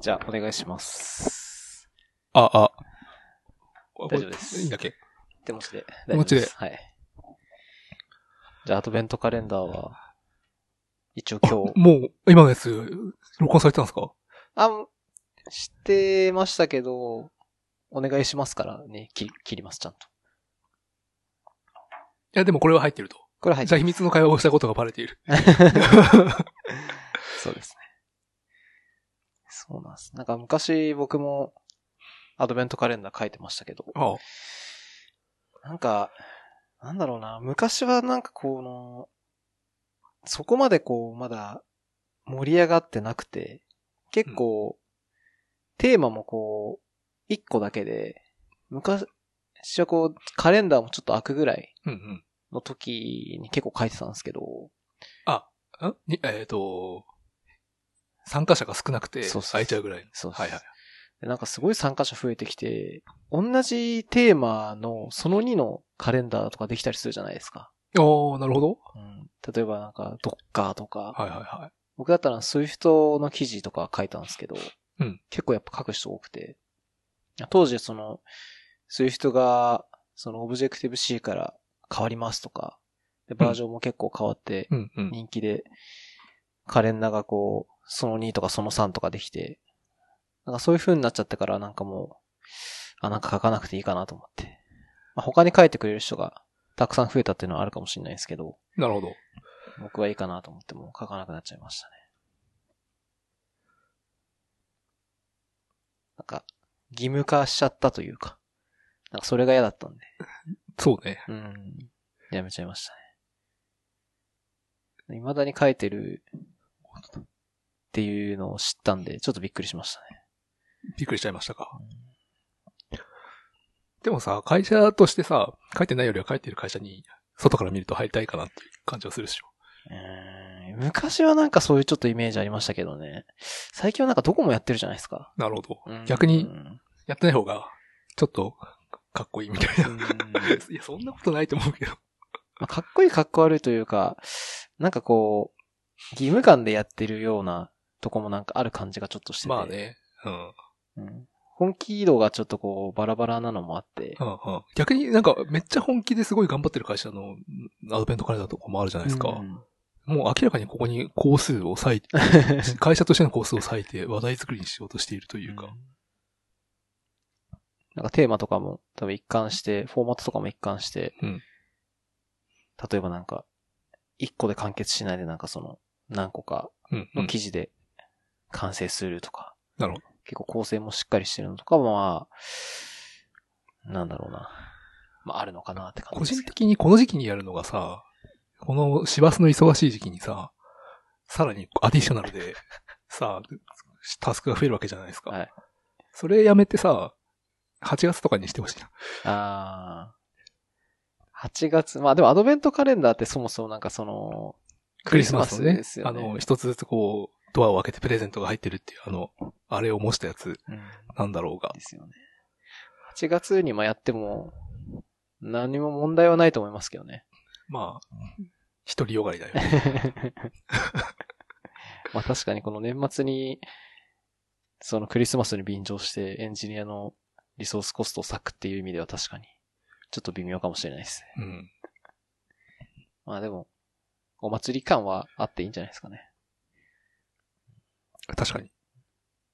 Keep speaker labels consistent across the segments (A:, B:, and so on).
A: じゃあ、お願いします。
B: あ、あ。
A: 大丈夫です
B: いいんだっけ
A: 手持ちで。
B: 手持ちで
A: 大丈夫すはい。じゃあ、アドベントカレンダーは、一応今日、
B: もう、今のやつ、録音されてたんですか
A: あ、してましたけど、お願いしますからね、切り切ります、ちゃんと。
B: いや、でもこれは入ってると。
A: これ入っ
B: じ
A: て
B: ゃあ秘密の会話をしたことがバレてい る。
A: そうですね。そうなんです。なんか昔僕もアドベントカレンダー書いてましたけど、
B: ああ
A: なんか、なんだろうな、昔はなんかこの、そこまでこう、まだ盛り上がってなくて、結構、テーマもこう、一個だけで、昔はこう、カレンダーもちょっと開くぐらい
B: うんうん。
A: の時に結構書いてたんですけど、
B: んにえっ、と、参加者が少なくて、
A: そうそう
B: 空いちゃうぐらいの。
A: そうです
B: はいはい。
A: でなんかすごい参加者増えてきて、同じテーマのその2のカレンダーとかできたりするじゃないですか。
B: おー、なるほど。
A: うん、例えばなんか、ドッカーとか、
B: はいはいはい。
A: 僕だったら SWIFT の記事とか書いたんですけど、
B: うん
A: 結構やっぱ書く人多くて、当時その、SWIFT が、その Objective-C から変わりますとか、でバージョンも結構変わって
B: うんうん。
A: 人気で、カレンダーがこう、その2とかその3とかできて、なんかそういう風になっちゃってからなんかもう、あ、なんか書かなくていいかなと思って。まあ、他に書いてくれる人がたくさん増えたっていうのはあるかもしれないですけど、
B: なるほど。
A: 僕はいいかなと思ってもう書かなくなっちゃいましたね。なんか、義務化しちゃったというか、なんかそれが嫌だったんで、
B: そうね。
A: うん、やめちゃいましたね。未だに書いてるっていうのを知ったんで、ちょっとびっくりしましたね。
B: びっくりしちゃいましたか。でもさ、会社としてさ、書いてないよりは書いてる会社に、外から見ると入りたいかなっていう感じはするでしょ。
A: うん昔はなんかそういうちょっとイメージありましたけどね。最近はなんかどこもやってるじゃないですか。
B: なるほど
A: うん。
B: 逆に
A: う、ん
B: やってない方が、ちょっと、かっこいいみたいな。いや、そんなことないと思うけど。
A: まあ、かっこいいかっこ悪いというか、なんかこう、義務感でやってるようなとこもなんかある感じがちょっとしてて。
B: まあね。うん。
A: うん本気度がちょっとこう、バラバラなのもあって。
B: うんうん。逆になんか、めっちゃ本気ですごい頑張ってる会社のアドベントカレンダーとかもあるじゃないですか。
A: うん
B: もう明らかにここに工数を割い て、会社としての工数を割いて話題作りにしようとしているというか。
A: なんかテーマとかも多分一貫して、フォーマットとかも一貫して、
B: うん
A: 例えばなんか、一個で完結しないでなんかその、何個か
B: うん、うん
A: の記事で完成するとか、
B: なるほど。
A: 結構構成もしっかりしてるのとかは、まあ、なんだろうな。まあ、あるのかなって感
B: 個
A: じです
B: 人
A: けど。
B: 的にこの時期にやるのがさ、この市バスの忙しい時期にさ、さらにアディショナルで、さ、タスクが増えるわけじゃないですか。
A: はい
B: それやめてさ、8月とかにしてほしいな。
A: ああ。8月、まあでもアドベントカレンダーってそもそもなんかその、クリスマス
B: の
A: ですよね。
B: あの、一つずつこう、ドアを開けてプレゼントが入ってるっていう、あの、あれを模したやつ
A: うん、
B: なんだろうが。
A: ですよね。8月にまあやっても、何も問題はないと思いますけどね。
B: まあ、一人よがりだよ。
A: まあ確かにこの年末に、そのクリスマスに便乗してエンジニアのリソースコストを割くっていう意味では確かに、ちょっと微妙かもしれないですね。
B: うん。
A: まあでも、お祭り感はあっていいんじゃないですかね。
B: 確かに。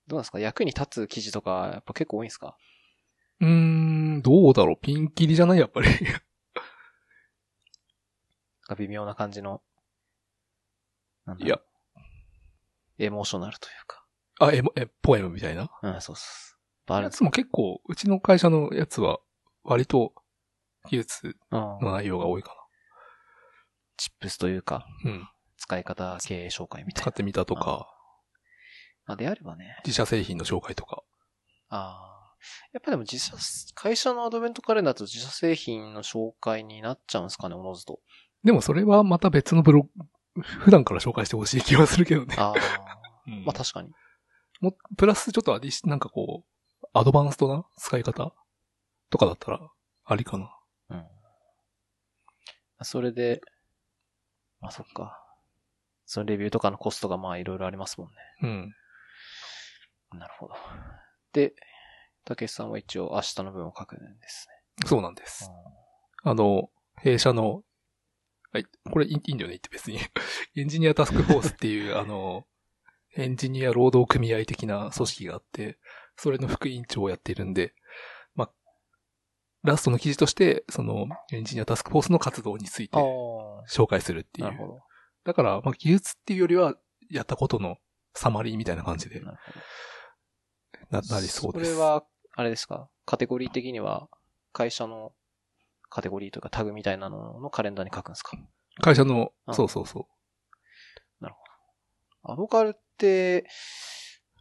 A: どうなんですか役に立つ記事とか、やっぱ結構多いんですか
B: うーん、どうだろう。ピンキリじゃないやっぱり。
A: なんか微妙な感じの。なんだ
B: いや。
A: エモーショナルというか。
B: あ、え、え、ポエムみたいな。
A: うん、そうそうそう。あるん
B: や
A: です
B: つも結構、うちの会社のやつは、割と、技術
A: うん。
B: の内容が多いか
A: チップスというか、
B: な。うん。
A: 使い方経営紹介みたい
B: 使
A: な
B: っ。てみたとか、
A: まあ、であればね。
B: 自社製品の紹介とか。
A: ああ。やっぱでも自社、会社のアドベントカレンダーと自社製品の紹介になっちゃうんですかね、おのずと。
B: でもそれはまた別のブログ、普段から紹介してほしい気はするけどね。
A: ああ。
B: うん
A: まあ確かに。
B: もうプラスちょっとアディシ、なんかこう、アドバンストな使い方とかだったら、ありかな。
A: うん。それで、まあそっか。そのレビューとかのコストがまあいろいろありますもんね。
B: うん。
A: なるほど。で、たけしさんは一応明日の分を書くんです
B: そうなんです
A: ね。。
B: あの、弊社の、はい、これいいいいんだよねって別に。 エンジニアタスクフォースっ ていう、あの、エンジニア労働組合的な組織があって、それの副委員長をやっているんで、まあ、ラストの記事として、その、エンジニアタスクフォースの活動について
A: ああ
B: 紹介するってい
A: ー、なる
B: う。
A: ほど。
B: だから、まあ、技術っていうよりは、やったことのサマリーみたいな感じで
A: なるほど。
B: ななりそうで
A: そ
B: す。
A: れは、あれですかカテゴリー的には、会社のカテゴリーというかタグみたいなののカレンダーに書くんですか
B: 会社の
A: う、ん
B: そうそうそ
A: アボカルって、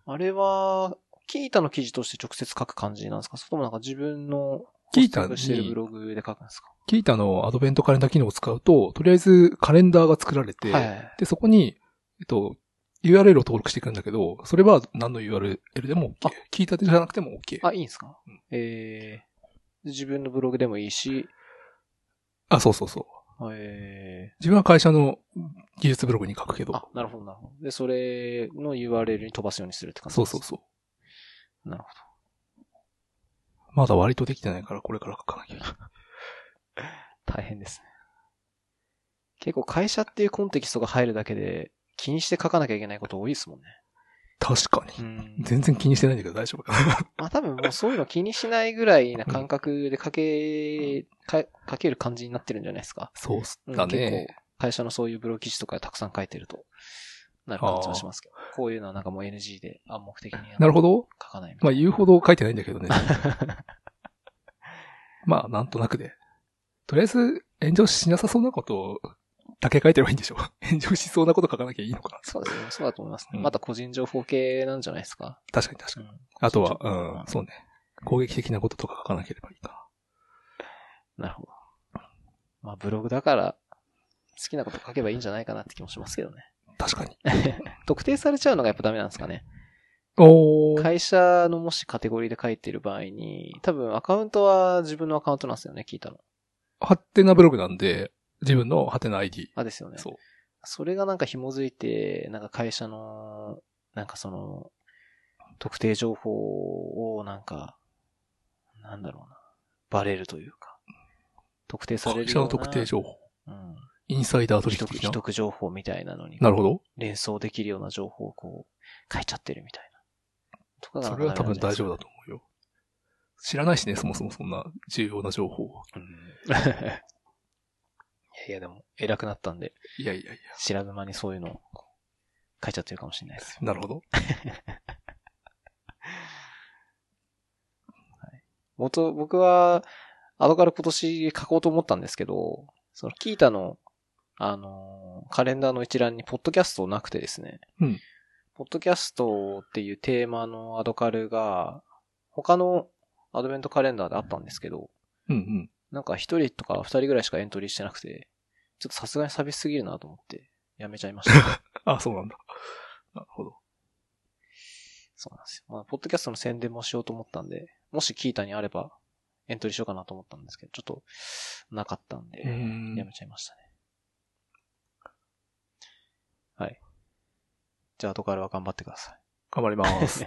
A: あれは、キータの記事として直接書く感じなんですかそれともなんか自分の、
B: キータに
A: してるブログで書くんですか
B: う。キータのアドベントカレンダー機能を使うと、とりあえずカレンダーが作られて、
A: はい。
B: で、そこに、えっと、URL を登録していくんだけど、それは何の URL でも OK
A: あ。
B: 聞いたてじゃなくても OK。
A: あ、いいんですか、
B: うん
A: えー、自分のブログでもいいし、
B: あ、そうそうそう。
A: え
B: 自分は会社の技術ブログに書くけ
A: ー、あ
B: ど、、
A: なるほど、なるほど。で、それの URL に飛ばすようにするって感じ
B: そ
A: で
B: う
A: す
B: そうそう。
A: なるほ
B: まだ割とできてないから、これから書かなきゃいけない。
A: ど。大変ですね。結構会社っていうコンテキストが入るだけで、気にして書かなきゃいけないこと多いですもんね。
B: 確か
A: う
B: に。
A: ん。
B: 全然気にしてないんだけど大丈夫かな。
A: まあ多分もうそういうの気にしないぐらいな感覚で書け、か書ける感じになってるんじゃないですか。
B: そうっす
A: うん
B: だ
A: 結
B: ね。
A: 構、会社のそういうブログ記事とかたくさん書いてると、なる感じはしますけど。こういうのはなんかもう NG で暗黙的に
B: なるほど。
A: 書かないみた
B: ま
A: い
B: あ言うほど書いてないんだけ どね。
A: な。
B: まあなんとなくで。とりあえず炎上しなさそうなことだけ書いてればいいんでしょ炎上しそうな こと書かなきゃいいのかな。
A: そうですね。そうだと思います、
B: うん
A: また個人情報系なんじゃないですか。
B: 確かに確か
A: う
B: に。
A: ん
B: あとは、
A: 個人情報
B: うん、そうね。攻撃的なこととか書かなければいいかな。
A: なるほど。まあブログだから、好きなこと書けばいいんじゃないかなって気もしますけどね。
B: 確かに。
A: 特定されちゃうのがやっぱダメなんですかね。
B: おー。
A: 会社のもしカテゴリーで書いてる場合に、多分アカウントは自分のアカウントなんですよね、聞いたの。
B: ハテナブログなんで、自分のハテナ ID。
A: あ、ですよね。
B: そう。
A: それがなんか紐づいて、なんか会社の、なんかその、特定情報をなんか、なんだろうな、バレるというか、特定され
B: 会
A: るよ
B: 社
A: う
B: の
A: な。
B: 特定情報。
A: うん。
B: インサイダー取
A: 秘匿
B: 引的
A: 秘
B: な。
A: 匿情報みたいなのに
B: なるほど。
A: 連想できるような情報をこう、書いちゃってるみたいな。とかが
B: それは多分大丈夫
A: だ。
B: だと思うよ。知らないしね、そもそもそんな重要な情報を。
A: うんいやいや、でも、偉くなったんで、
B: いやいやいや。
A: 知らぬ間にそういうのをこう書いちゃってるかもしれないです。
B: なるほど。
A: 元、僕は、アドカル今年書こうと思ったんですけど、その、キータの、あのーカレンダーの一覧に、ポッドキャストなくてですね。
B: うん
A: ポッドキャストっていうテーマのアドカルが、他のアドベントカレンダーであったんですけど、
B: うんうん。
A: なんか一人とか二人ぐらいしかエントリーしてなくて、ちょっとさすがに寂しすぎるなと思って、やめちゃいました。
B: あ、そうなんだ。なるほど。
A: そうなんですよ。まあ、ポッドキャストの宣伝もしようと思ったんで、もしキータにあれば、エントリーしようかなと思ったんですけど、ちょっと、なかったんで、
B: うーん
A: や。めちゃいましたね。はい。じゃあ、後からは頑張ってください。
B: 頑張ります。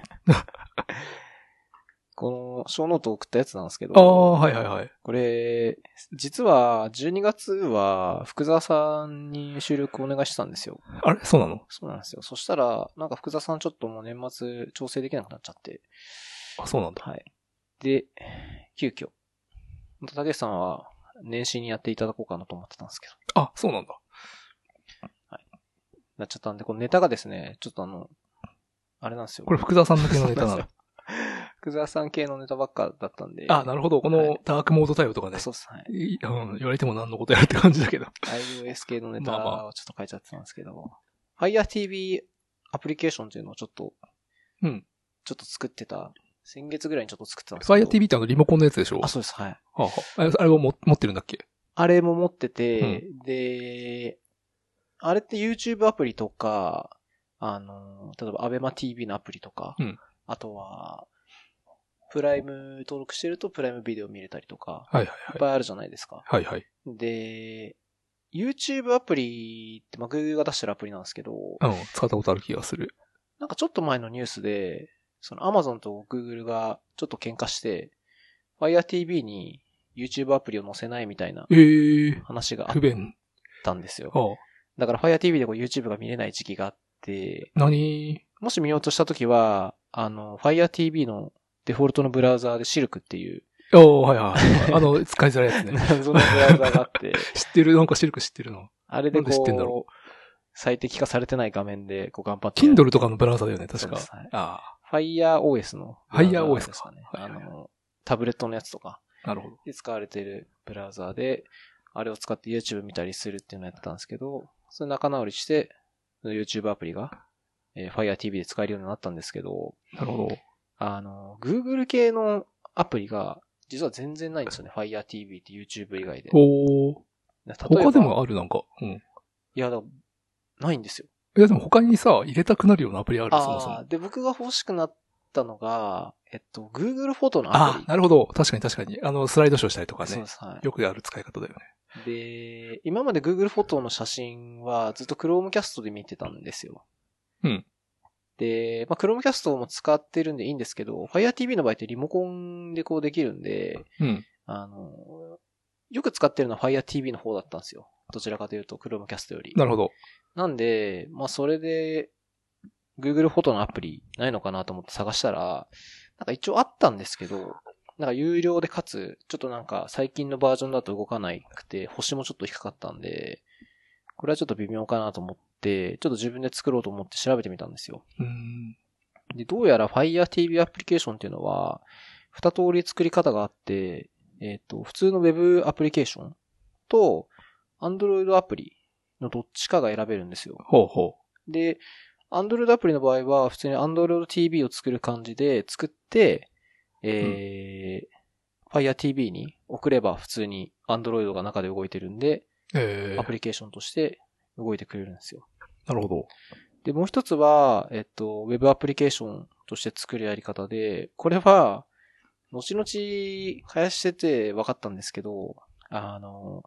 A: この、小ノート送ったやつなんですけど、
B: ああ、はいはいはい。
A: これ、実は、12月は、福沢さんに収録お願いしてたんですよ。
B: あれそうなの
A: そうなんですよ。そしたら、なんか福沢さんちょっともう年末調整できなくなっちゃって、
B: あ、そうなんだ。
A: はい。で、急遽。本当たけしさんは、年始にやっていただこうかなと思ってたんですけど、
B: あ、そうなんだ。
A: なっちゃったんで、このネタがですね、ちょっとあの、あれなんですよ。
B: これ福沢さんだけのネ タな
A: そうなん
B: の
A: で。 福沢さん系のネタばっかだったんで。
B: あ、なるほど。こ
A: はい
B: のダークモード対応とかね。
A: そうっす、はい。
B: いいうん、言われても何のことやらって感じだけ ど。
A: iOS 系のネタ
B: まあま
A: をちょっと変えちゃってたんですけど、Fire TV アプリケーションっていうのをちょっと、
B: うん。
A: ちょっと作ってた、先月ぐらいにちょっと作ってたんですけど。
B: Fire TV ってあのリモコンのやつでしょ
A: あ、そうです、はい。
B: はあはああれあれをも持ってるんだっけ
A: あれも持ってて、で、あれって YouTube アプリとか、あの、例えば ABEMATV のアプリとか、
B: うん
A: あとは、プライム登録してるとプライムビデオ見れたりとか、
B: はいはい
A: いっ
B: はい。
A: ぱいあるじゃないですか。
B: はいはい。
A: で、YouTube アプリって、まあ、Google が出してるアプリなんですけど、
B: うん、使ったことある気がする。
A: なんかちょっと前のニュースで、その Amazon と Google がちょっと喧嘩して、Fire TV に YouTube アプリを載せないみたいな
B: ええ
A: 話があ
B: 不
A: っ
B: 便。
A: たんですよ。
B: ああ
A: だから Fire TV でこう YouTube が見れない時期があって、
B: 何
A: もし見ようとした時は、あの、Fire TV のデフォルトのブラウザーで Silk っていう
B: ああ、はいはい。あの、 使いづらいやつね。
A: 謎のブラウザーがあ って、
B: 知ってるなんかシルク知ってるの。
A: あれでこ
B: なんで知ってんだろ
A: う、最適化されてない画面でこう頑張ってやる。
B: Kindle とかのブラウザだよね、確か。
A: か。
B: あ
A: FireOS の。
B: FireOS
A: ですかね。
B: はい
A: あ
B: はい
A: の、タブレットのやつとか
B: あ、なるほど。
A: で使われてるブラウザーで、あれを使って YouTube 見たりするっていうのをやってたんですけど、それ仲直りして、その YouTube アプリが、えー Fire TV で使えるようになったんですけど、
B: なるほど。
A: あの、Google 系のアプリが、実は全然ないんですよね。Fire TV って YouTube 以外で。
B: おー。
A: 例えば
B: 他でもあるなんか。うん。
A: いや、だからないんですよ。
B: いやでも他にさ、入れたくなるようなアプリある、そもそ
A: ああ
B: も。
A: ー、で、僕が欲しくなったのが、えっと、Google フォトのアプ
B: あ
A: リ。
B: あ、なるほど。確かに確かに。あの、スライドショーしたりとか
A: そう
B: ね
A: で。す、はい。
B: よくある使い方だよね。
A: で、今まで Google フォトの写真はずっと Chromecast で見てたんですよ。
B: うん。
A: で、まあ、Chromecast も使ってるんでいいんですけど、Fire TV の場合ってリモコンでこうできるんで、
B: うん。
A: あの、よく使ってるのは Fire TV の方だったんですよ。どちらかというと Chromecast より。
B: なるほど。
A: なんで、まあ、それで、Google フォトのアプリないのかなと思って探したら、なんか一応あったんですけど、なんか有料でかつ、ちょっとなんか最近のバージョンだと動かなくて、星もちょっと低かったんで、これはちょっと微妙かなと思って、ちょっと自分で作ろうと思って調べてみたんですよ。
B: うーん。
A: で、どうやら Fire TV アプリケーションっていうのは、二通り作り方があって、えっ、と、普通の Web アプリケーションと、Android アプリのどっちかが選べるんですよ。
B: ほうほ
A: で、Android アプリの場合は、普通に Android TV を作る感じで作って、えー Fire TV に送れば普通に Android が中で動いてるんで、
B: う。ええ
A: アプリケーションとして動いてくれるんですよ。
B: なるほど。
A: で、もう一つは、えっと、Web アプリケーションとして作るやり方で、これは、後々、生やしてて分かったんですけど、あの、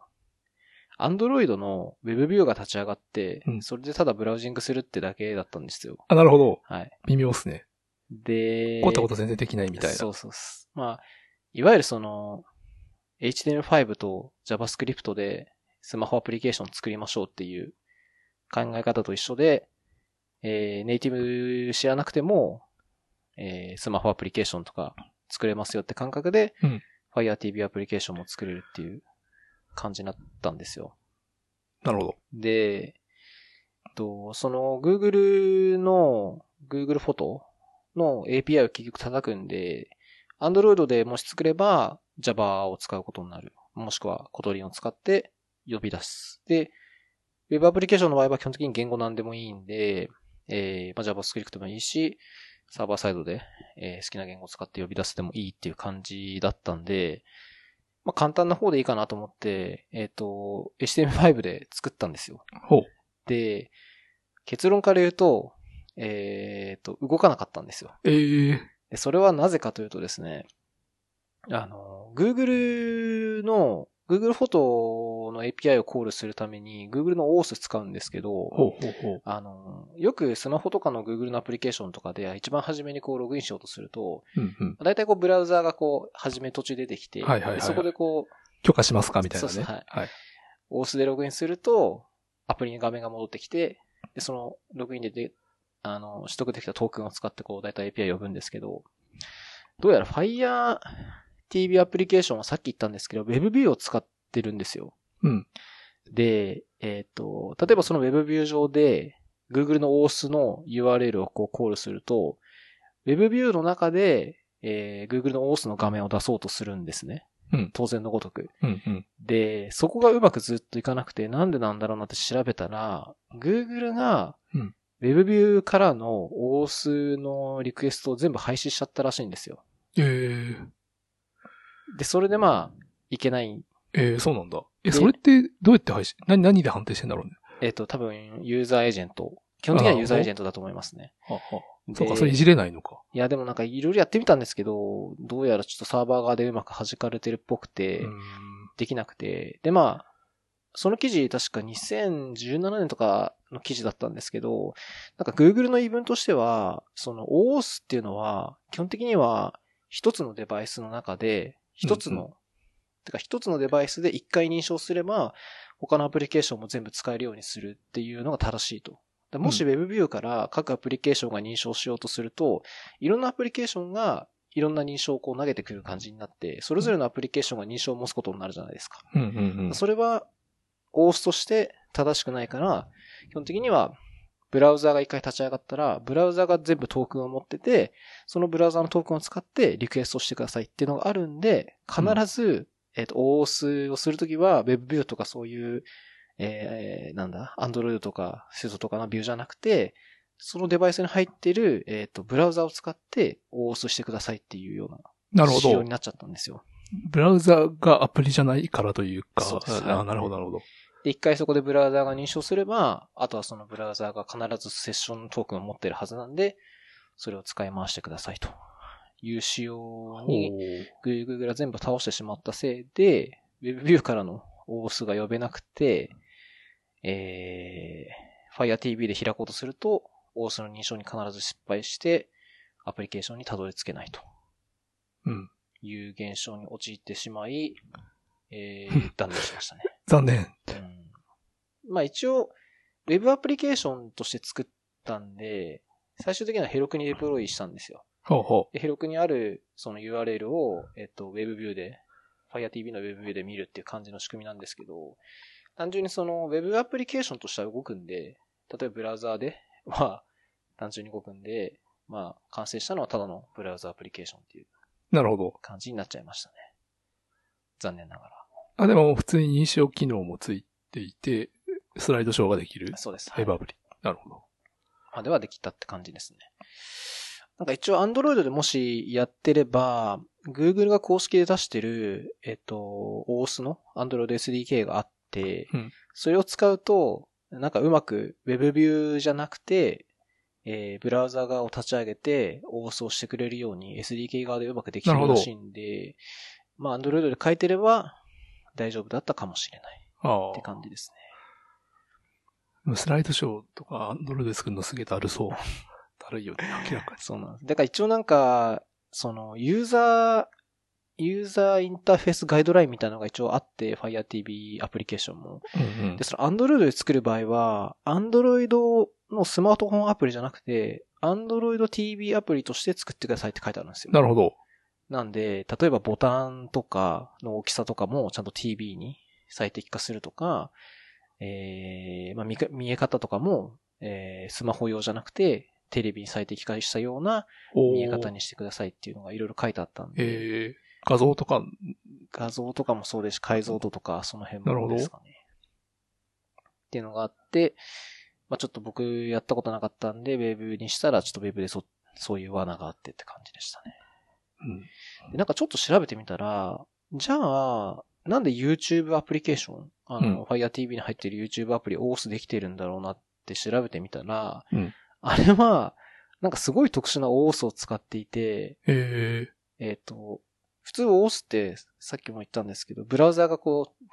A: Android の Web ビューが立ち上がって、
B: うん
A: それでただブラウジングするってだけだったんですよ。
B: あ、なるほど。
A: はい。
B: 微妙っすね。
A: で、
B: 凝ったこと全然できないみたいな。
A: そうそうっす。まあ、いわゆるその、HTML5 と JavaScript でスマホアプリケーション作りましょうっていう考え方と一緒で、えーネイティブ知らなくても、えースマホアプリケーションとか作れますよって感覚で、
B: うん
A: Fire TV アプリケーションも作れるっていう感じになったんですよ。
B: なるほど。
A: で、えっと、その Google の Google フォトの API を結局叩くんで、Android でもし作れば Java を使うことになる。もしくはコトリンを使って呼び出す。で、Web アプリケーションの場合は基本的に言語なんでもいいんで、えーまあ、JavaScript もいいし、サーバーサイドで、えー好きな言語を使って呼び出すでもいいっていう感じだったんで、まあ、簡単な方でいいかなと思って、えっ、と、HTML5 で作ったんですよ。
B: ほう。
A: で、結論から言うと、えっ、と、動かなかったんですよ。
B: ええ
A: で、それはなぜかというとですね、あの、Google の、Google フォトの API をコールするために、Google の OAuth 使うんですけど、
B: ほうほうほう。
A: あの、よくスマホとかの Google のアプリケーションとかで、一番初めにこうログインしようとすると、
B: うんうん。
A: 大体こうブラウザーがこう、初め途中出てきて、
B: はいはいはいはい
A: でそこでこう、
B: 許可しますかみたいなね。
A: そうそうはい
B: はい。
A: オースでログインすると、アプリに画面が戻ってきて、で、そのログインでで、あの、取得できたトークンを使って、こう、だいたい API 呼ぶんですけど、どうやら Fire TV アプリケーションはさっき言ったんですけど、WebView を使ってるんですよ。
B: うん。
A: で、えっ、と、例えばその WebView 上で、Google の OAuth の URL をこうコールすると、WebView の中で、えー Google の OAuth の画面を出そうとするんですね。
B: うん
A: 当然のごとく。
B: うんうん。
A: で、そこがうまくずっといかなくて、なんでなんだろうなって調べたら、Google が
B: うん、
A: WebView からの OAuth のリクエストを全部廃止しちゃったらしいんですよ。
B: ええ
A: で、それでまあ、いけない。
B: ええそうなんだ。え、
A: で
B: それってどうやって配信何、何で判定してんだろうね。
A: えっ、と、多分、ユーザーエージェント。基本的にはユーザーエージェントだと思いますね。
B: ははそうか、
A: で
B: それいじれないのか。
A: いや、でもなんかいろいろやってみたんですけど、どうやらちょっとサーバー側でうまく弾かれてるっぽくて、
B: うーん。
A: できなくて、でまあ、その記事確か2017年とかの記事だったんですけど、なんか Google の言い分としては、その OS っていうのは、基本的には一つのデバイスの中で、一つの、
B: うん
A: てか一つのデバイスで一回認証すれば、他のアプリケーションも全部使えるようにするっていうのが正しいと。でもし WebView から各アプリケーションが認証しようとすると、いろんなアプリケーションがいろんな認証をこう投げてくる感じになって、それぞれのアプリケーションが認証を持つことになるじゃないですか。
B: うんうん
A: それは、オースとして正しくないから、基本的には、ブラウザーが一回立ち上がったら、ブラウザーが全部トークンを持ってて、そのブラウザーのトークンを使ってリクエストしてくださいっていうのがあるんで、必ず、えっ、と、オースをするときは、WebView とかそういう、えー、なんだ、Android とか、セットとかのビューじゃなくて、そのデバイスに入ってる、えっ、と、ブラウザーを使って、オースしてくださいっていうよう
B: な
A: な、
B: るほ
A: 仕様
B: ど
A: に。なっちゃったんですよ。
B: ブラウザがアプリじゃないからというか、
A: そうです
B: あなるほど、なるほど。
A: で、一回そこでブラウザーが認証すれば、あとはそのブラウザーが必ずセッショントークンを持ってるはずなんで、それを使い回してくださいという仕様に、Google が全部倒してしまったせいで、WebView からの OS が呼べなくて、えー、Fire TV で開こうとすると、OS の認証に必ず失敗して、アプリケーションにたどり着けないと
B: うん。
A: いう現象に陥ってしまい、えー、断念しましたね。
B: 残念。
A: うんまあ一応、ウェブアプリケーションとして作ったんで、最終的にはヘロクにデプロイしたんですよ。
B: ほうほ
A: でヘロクにあるその URL を、えっと、WebView で、Fire TV の WebView で見るっていう感じの仕組みなんですけど、単純にその Web アプリケーションとしては動くんで、例えばブラウザーで、まあ、単純に動くんで、まあ、完成したのはただのブラウザアプリケーションっていう
B: う。なるほど。
A: 感じになっちゃいましたね。残念なが
B: あ、でも普通に認証機能もついていて、スライドショーができる
A: ら。そうです。
B: ウェブアプリ。なるほど。
A: まではできたって感じですね。なんか一応 Android でもしやってれば、Google が公式で出してる、えっと、OS の Android SDK があって、
B: うん
A: それを使うと、なんかうまく WebView じゃなくて、えーブラウザ側を立ち上げて OS をしてくれるように SDK 側でうまくできて
B: な
A: る
B: るほ
A: ら
B: ど
A: しいんで、まあ Android で書いてれば大丈夫だったかもしれない
B: あ
A: って
B: あ。
A: 感じですね。
B: でもスライドショーとか、アンドロイド作るのすげえだるそう。だるいよね、明らかに。
A: そうなんです。だから一応なんか、その、ユーザー、ユーザーインターフェースガイドラインみたいなのが一応あって、Fire TV アプリケーションも。
B: うんうん
A: で、その Android で作る場合は、Android のスマートフォンアプリじゃなくて、Android TV アプリとして作ってくださいって書いてあるんですよ。
B: なるほど。
A: なんで、例えばボタンとかの大きさとかもちゃんと TV に最適化するとか、えーまあ見か見え方とかも、えースマホ用じゃなくて、テレビに最適化したような
B: おー
A: 見え方。にしてくださいっていうのがいろいろ書いてあったんで、
B: えー、画像とか、
A: 画像とかもそうですし、解像度とかその辺
B: なる
A: も
B: ほど
A: ですかね。っていうのがあって、まあちょっと僕やったことなかったんで、ウェブにしたらちょっとウェブでそ、そういう罠があってって感じでしたね。
B: うん。
A: でなんかちょっと調べてみたら、じゃあ、なんで YouTube アプリケーションあの、
B: うん
A: Fire TV に入ってる YouTube アプリをオースできてるんだろうなって調べてみたら、
B: うん
A: あれは、なんかすごい特殊なオースを使っていて、
B: え
A: えっ、と、普通オースって、さっきも言ったんですけど、ブラウザーがこう、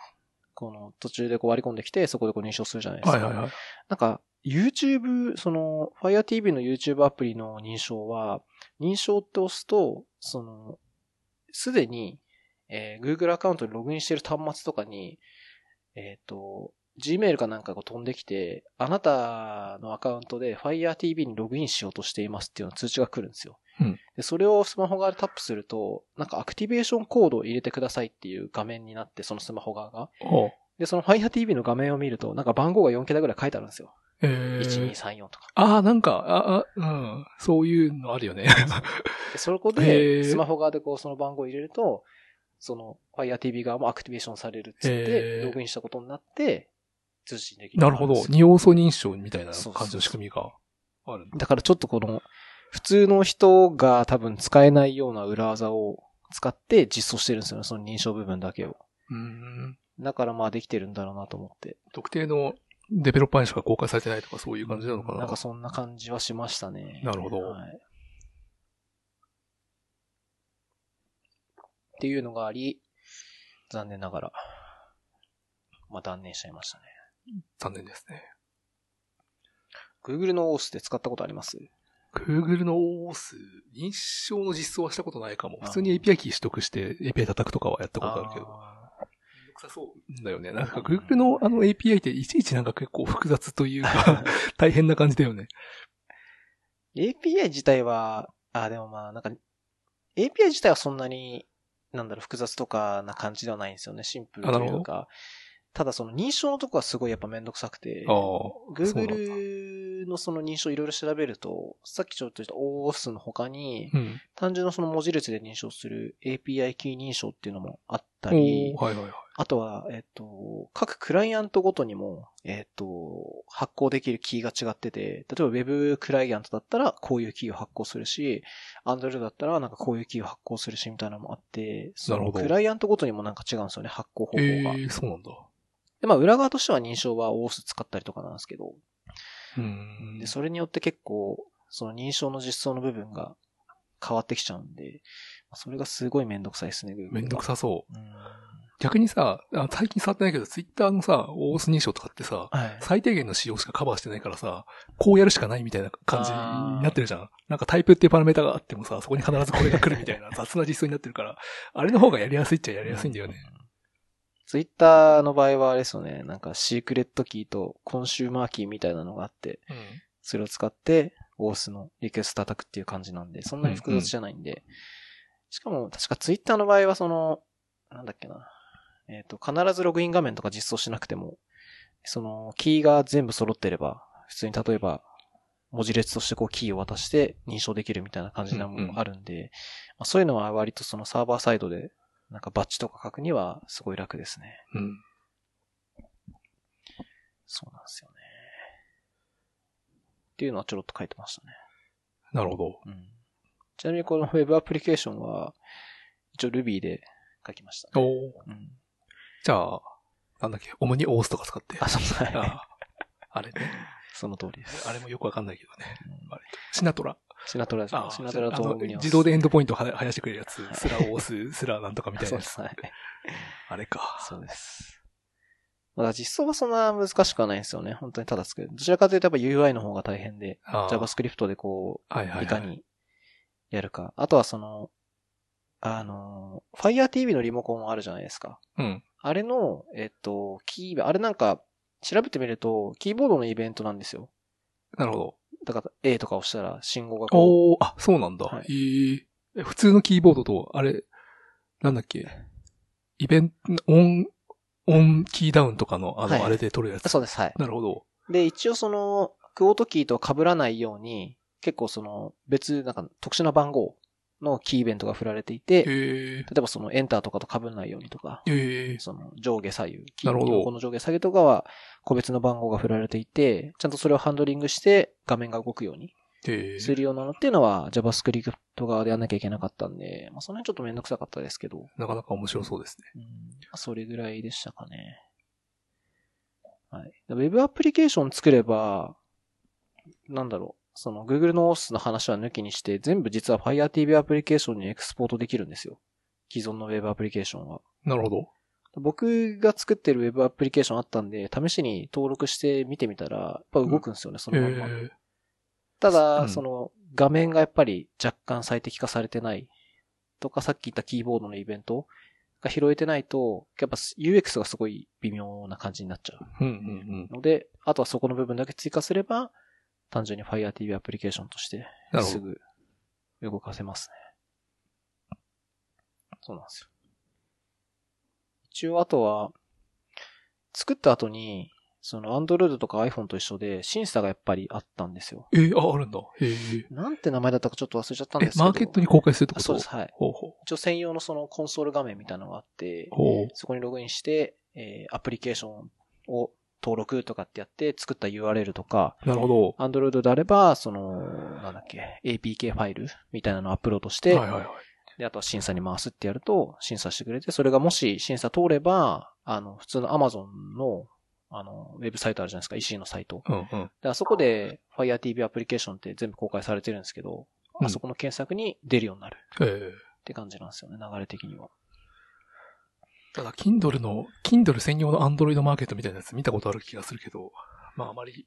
A: この途中でこう割り込んできて、そこでこう認証するじゃないで
B: ー、
A: す
B: は
A: か。
B: いはいはい。
A: なんか、YouTube、その、Fire TV の YouTube アプリの認証は、認証って押すと、その、すでに、えー Google アカウントにログインしてる端末とかに、えっ、と、Gmail かなんかが飛んできて、あなたのアカウントで Fire TV にログインしようとしていますっていうの通知が来るんですよ。
B: うん
A: でそれをスマホ側でタップすると、なんかアクティベーションコードを入れてくださいっていう画面になって、そのスマホ側が。
B: お
A: で、その Fire TV の画面を見ると、なんか番号が4桁ぐらい書いてあるんですよ。
B: えー、
A: 1234とか。
B: ああ、なんか、あ、あ、うん。そういうのあるよね。
A: で、そこ
B: へ
A: で、
B: ー
A: スマホ側でこう、その番号を入れると、その、Fire TV 側もアクティベーションされるっつっ
B: へ
A: て
B: ー、
A: ログインしたことになって、通信できる。
B: なるほど。二要素認証みたいな
A: そうそう
B: 感じの仕組みがあるんだ。
A: だからちょっとこの、普通の人が多分使えないような裏技を使って実装してるんですよね、その認証部分だけを。
B: うーん。
A: だからまあできてるんだろうなと思って。
B: 特定のデベロッパーにしか公開されてないとかそういう感じなのかな。
A: なんかそんな感じはしましたね。
B: なるほど
A: はい。っていうのがあり、残念ながら、まあ断念しちゃいましたね。
B: 残念ですね。
A: Google の OS って使ったことあります
B: Google の OS、認証の実装はしたことないかも。
A: あー
B: 普通に API キー取得して API 叩くとかはやったことあるけど。
A: あ
B: めんどくさそうだよね。なんか Google のあの API っていちいちなんか結構複雑という か、大変な感じだよね。
A: ー API 自体は、あ、でもまあ、なんか、API 自体はそんなに、なんだろう、複雑とかな感じではないんですよね。シンプル
B: あな
A: と
B: る
A: い
B: ほど
A: うか。ただその認証のとこはすごいやっぱめんどくさくて。
B: ああ。
A: Google のその認証いろいろ調べると、さっきちょっと言った OAuth の他に、
B: うん。
A: 単純なその文字列で認証する API キー認証っていうのもあったり
B: おー、はいはいはい。
A: あとは、えっと、各クライアントごとにも、えっと、発行できるキーが違ってて、例えば Web クライアントだったらこういうキーを発行するし、Android だったらなんかこういうキーを発行するしみたいなのもあって、そ
B: なる
A: の
B: ほど
A: クライアントごとにもなんか違うんですよね、発行方法が。
B: ええー、そうなんだ。
A: で、まあ裏側としては認証は OAuth 使ったりとかなんですけど、
B: うん。
A: で、それによって結構、その認証の実装の部分が変わってきちゃうんで、まあそれがすごいめんどくさいですね、Google は
B: めんどくさそう。
A: うん。
B: 逆にさ、あ最近触ってないけど、Twitter のさ、OS 認証とかってさ、
A: はい。
B: 最低限の仕様しかカバーしてないからさ、こうやるしかないみたいな感じになってるじゃん。なんかタイプっていうパラメータがあってもさ、そこに必ずこれが来るみた いな雑な実装になってるから、あれの方がやりやすいっちゃやりやすいんだよね。
A: ツイッターの場合はあれですよね、なんかシークレットキーとコンシューマーキーみたいなのがあって、
B: うん。
A: それを使って、オースのリクエスト叩くっていう感じなんで、そんなに複雑じゃないんで。しかも、確かツイッターの場合はその、なんだっけな。えっ、と、必ずログイン画面とか実装しなくても、その、キーが全部揃ってれば、普通に例えば、文字列としてこうキーを渡して認証できるみたいな感じなのもあるんで、まあ、そういうのは割とそのサーバーサイドで、なんかバッチとか書くにはすごい楽ですね。
B: うん。
A: そうなんですよね。っていうのはちょろっと書いてましたね。
B: なるほど。
A: うんちなみにこの Web アプリケーションは、一応 Ruby で書きました、ね。
B: お
A: う
B: ー
A: ん。
B: じゃあ、なんだっけ、主にオースとか使って。
A: あ、そう
B: あ
A: はい。
B: ああれね。
A: その通りです。
B: あれもよくわかんないけどね。
A: うん
B: シナトラ。
A: シナトラですね
B: あ。
A: シナトラ
B: あの
A: とミニオン
B: 自動でエンドポイントは生やしてくれるやつ
A: は。い
B: スラオース、スラなんとかみたいな
A: そう
B: や
A: で
B: つ。
A: す。はい。
B: あれか。
A: そうです。まだ実装はそんな難しくはないんですよね。本当にただ作る。どちらかというとやっぱ UI の方が大変で、
B: あー
A: JavaScript でこ
B: はいは
A: う、
B: い
A: いか
B: はい。
A: にやるか。あとはその、あの、Fire TV のリモコンあるじゃないですか。
B: うん。
A: あれの、えっと、キー、あれなんか、調べてみると、キーボードのイベントなんですよ。
B: なるほど。
A: だから、A とか押したら信号がこ
B: おー、あ、そうなんだ。
A: はい
B: えーえ普通のキーボードと、あれ、なんだっけ、イベント、オン、オンキーダウンとかの、あの、
A: はい
B: あれで取るや
A: う。
B: つ。
A: そうです、はい。
B: なるほど。
A: で、一応その、クオートキーと被らないように、結構その、別、なんか特殊な番号のキーイベントが振られていて、例
B: えー、
A: えばその、エンターとかと被らないようにとか、
B: えー、
A: その、上下左右、キ
B: な
A: ー
B: るほど
A: のこの上下左右とかは、個別の番号が振られていて、ちゃんとそれをハンドリングして、画面が動くように
B: え
A: す
B: ー、
A: るようなのっていうのは JavaScript 側でやんなきゃいけなかったんで、まあ、その辺ちょっとめんどくさかったですけど、
B: なかなか面白そうですね。
A: うんまあそれぐらいでしたかね。はい。ウェブアプリケーション作れば、なんだろう、その Google の OS の話は抜きにして、全部実は Fire TV アプリケーションにエクスポートできるんですよ。既存のウェブアプリケーションは。
B: なるほど。
A: 僕が作ってるウェブアプリケーションあったんで、試しに登録して見てみたら、やっぱ動くんですよね、そ
B: え
A: のまんま。
B: ー、
A: た
B: う
A: だ、
B: ん
A: その、画面がやっぱり若干最適化されてないとか、さっき言ったキーボードのイベントが拾えてないと、やっぱ UX がすごい微妙な感じになっちゃう
B: うんうんうん。
A: ので、あとはそこの部分だけ追加すれば、単純に Fire TV アプリケーションとして、
B: なるほ
A: す
B: ど。
A: ぐ動かせますね。そうなんですよ。一応、あとは、作った後に、その Android とか iPhone と一緒で審査がやっぱりあったんですよ。
B: えー、あ、あるんだ。えー、
A: なんて名前だったかちょっと忘れちゃったん
B: え
A: で、すけど。
B: マーケットに公開するってこ
A: あ
B: と
A: そうです、はい。
B: ほうほう。
A: 一応専用のそのコンソール画面みたいなのがあって、
B: ほう。
A: そこにログインして、えーアプリケーションを登録とかってやって作った URL とか、
B: なるほど。
A: Android であれば、その、なんだっけ、APK ファイルみたいなのをアップロードして、
B: はいはいはい。
A: で、あとは審査に回すってやると、審査してくれて、それがもし審査通れば、あの、普通の Amazon の、あの、ウェブサイトあるじゃないですか、EC のサイト。
B: うんうん。
A: で、あそこで Fire TV アプリケーションって全部公開されてるんですけど、
B: うん
A: あそこの検索に出るようになる
B: えー、
A: って感じなんですよね、流れ的には。
B: ただ、Kindle の、Kindle 専用の Android マーケットみたいなやつ見たことある気がするけど、まあ、あ まり、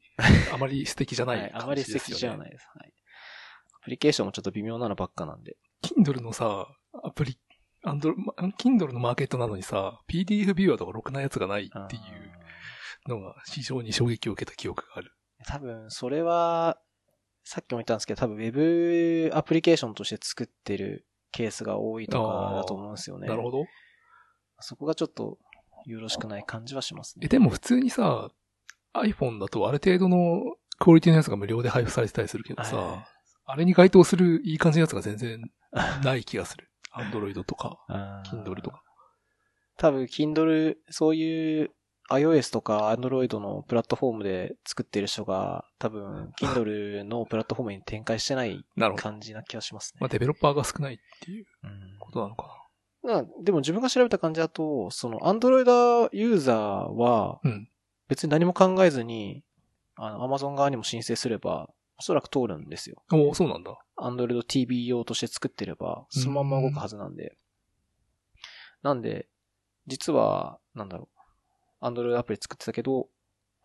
B: あまり素敵じゃな
A: はいい、
B: 感
A: あ
B: じ
A: まり素
B: ですよね。
A: 敵じゃないです。はい。アプリケーションもちょっと微妙なのばっかなんで。
B: Kindle のさ、アプリ、アンドロ、ま Kindle のマーケットなのにさ、PDF ビューアーとかろくなやつがないってい
A: あ
B: うのが非常に衝撃を受けた記憶がある。
A: ー多分、それは、さっきも言ったんですけど、多分 Web アプリケーションとして作ってるケースが多いとかだと思うんですよね。
B: なるほど。
A: そこがちょっと、よろしくない感じはします
B: え、
A: ね。
B: でも普通にさ、iPhone だとある程度のクオリティのやつが無料で配布されてたりするけどさ、
A: はいはい
B: あれに該当するいい感じのやつが全然ない気がする。Android とか、
A: あー
B: Kindle とか。
A: 多分、Kindle、そういう iOS とか Android のプラットフォームで作ってる人が、多分、Kindle のプラットフォームに展開してない
B: なるほど。
A: 感じな気がします
B: まあ、
A: ね。
B: デベロッパーが少ないっていう
A: うん
B: ことなのか
A: なでも自分が調べた感じだと、その、Android ユーザーは、
B: な。うん。
A: 別に何も考えずに、あの、Amazon 側にも申請すれば、おそらく通るんですよ。
B: おーそうなんだ。
A: Android TV 用として作ってれば、そのまんま動くはずなんで。なんで、実は、なんだろう。Android アプリ作ってたけど、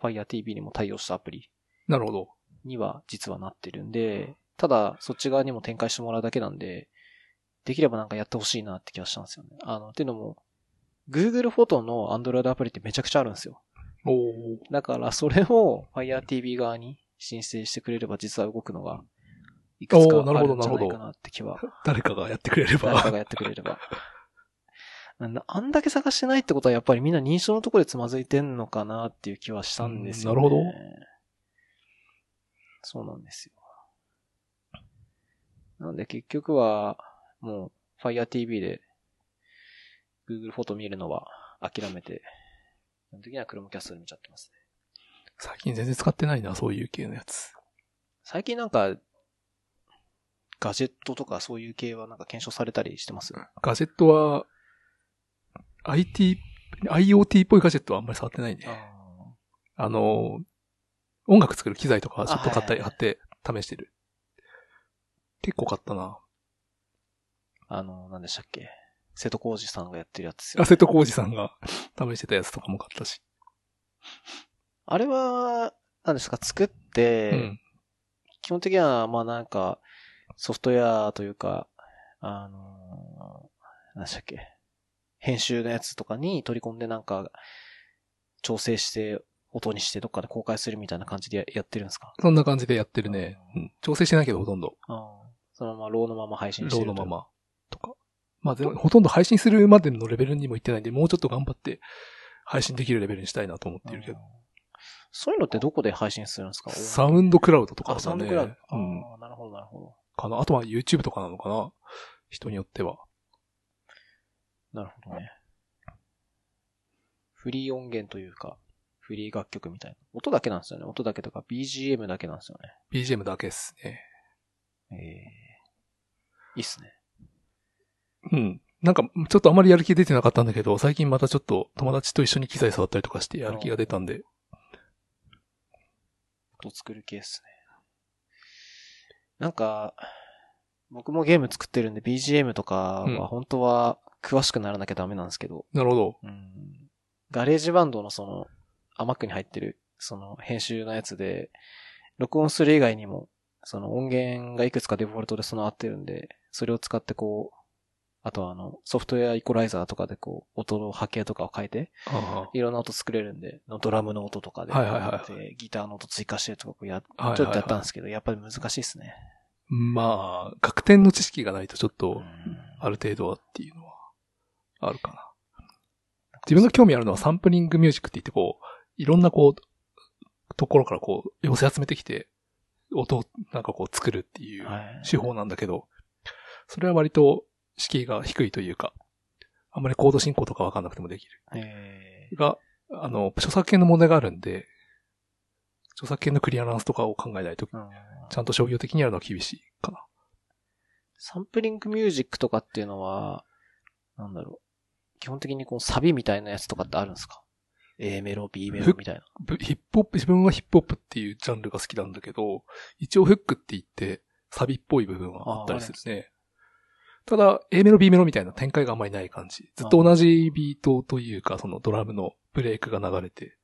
A: Fire TV にも対応したアプリ
B: なるほど。
A: には実はなってるんで、ただ、そっち側にも展開してもらうだけなんで、できればなんかやってほしいなって気がしたんですよね。あの、っていうのも、Google フォトの Android アプリってめちゃくちゃあるんですよ。
B: おお。
A: だから、それを Fire TV 側に申請してくれれば実は動くのが、いくつか
B: おーなる
A: あ
B: ほど
A: るんじゃない
B: な
A: か
B: る
A: なって気は
B: 誰かがやってくれれば。
A: 誰かがやってくれれば。なあんだけ探してないってことはやっぱりみんな認証のところでつまずいてんのかなっていう気はしたんですよ、ね。
B: うんなるほど。
A: そうなんですよ。なんで結局は、もう Fire TV で Google フォト見るのは諦めて、基本的には Chromecast で見ちゃってますね。
B: 最近全然使ってないな、そういう系のやつ。
A: 最近なんか、ガジェットとかそういう系はなんか検証されたりしてます
B: ガジェットは、IT、IoT っぽいガジェットはあんまり触ってないね。あの、音楽作る機材とかはちょっと買ったり、
A: あ
B: 買
A: は
B: って試してる。結構買ったな。
A: あの、何でしたっけ瀬戸康史さんがやってるやつですよ
B: ア
A: ね、
B: セット工事さんが 試してたやつとかも買ったし。
A: あれは、何ですか作って、
B: うん。
A: 基本的には、まあなんか、ソフトウェアというか、あのー、何でしたっけ編集のやつとかに取り込んでなんか、調整して、音にしてどっかで公開するみたいな感じでややってるんですか
B: そんな感じでやってるね。うん。調整してないけど、ほとんど。
A: あーそのまま、ローのまま配
B: ロ
A: 信して
B: ー
A: る
B: のま
A: という。
B: ま。とか。まあ、でもほとんど配信するまでのレベルにも行ってないんで、もうちょっと頑張って配信できるレベルにしたいなと思ってるけど
A: あ。ーそういうのってどこで配信するんですか
B: サウンドクラウドとかだ
A: あ、
B: ね。
A: サウンドクラウド。あ
B: うん。
A: ーなるほど、なるほど。
B: かな。あとは YouTube とかなのかな。人によっては。
A: なるほどね。フリー音源というか、フリー楽曲みたいな。音だけなんですよね。音だけとか、BGM だけなんですよ
B: BGM だけですね。
A: ね。ええいいっすね。
B: うん。なんか、ちょっとあまりやる気出てなかったんだけど、最近またちょっと友達と一緒に機材触ったりとかしてやる気が出たんで、
A: 音作る系っすね。なんか、僕もゲーム作ってるんで BGM とか
B: うん
A: は本当は詳しくならなきゃダメなんですけど、
B: なるほど。
A: うんガレージバンドのその、アマックに入ってる、その編集のやつで、録音する以外にも、その音源がいくつかデフォルトで備わってるんで、それを使ってこう、あとはあの、ソフトウェアイコライザーとかでこう、音の波形とかを変えて、
B: あ
A: いろんな音作れるんで、のドラムの音とかで、
B: はいはいはい
A: でギターの音追加してるとかこうや、ち
B: あはいはい
A: ょ
B: はい
A: っとやったんですけど、やっぱり難しいですね。
B: まあ、楽天の知識がないとちょっ
A: う
B: と
A: ん、
B: ある程度はっていうのは、あるかな。自分が興味あるのはサンプリングミュージックって言ってこう、いろんなこう、ところからこう、寄せ集めてきて、音をなんかこう作るっていう
A: はい
B: 手法なんだけど、それは割と敷居が低いというか、あんまりコード進行とかわかんなくてもできる。
A: えー
B: が、あの、著作権の問題があるんで、著作権のクリアランスとかを考えないと、
A: うん
B: ちゃんと商業的にやるのは厳しいかな。
A: サンプリングミュージックとかっていうのは、なんだろう。基本的にこうサビみたいなやつとかってあるんですか ?A メロ、B メロみたいな。
B: ぶヒップホップ、自分はヒップホップっていうジャンルが好きなんだけど、一応フックって言って、サビっぽい部分はあったりするね。ただ、A メロ B メロみたいな展開があんまりない感じ。ずっと同じビートというか、そのドラムのブレイクが流れて、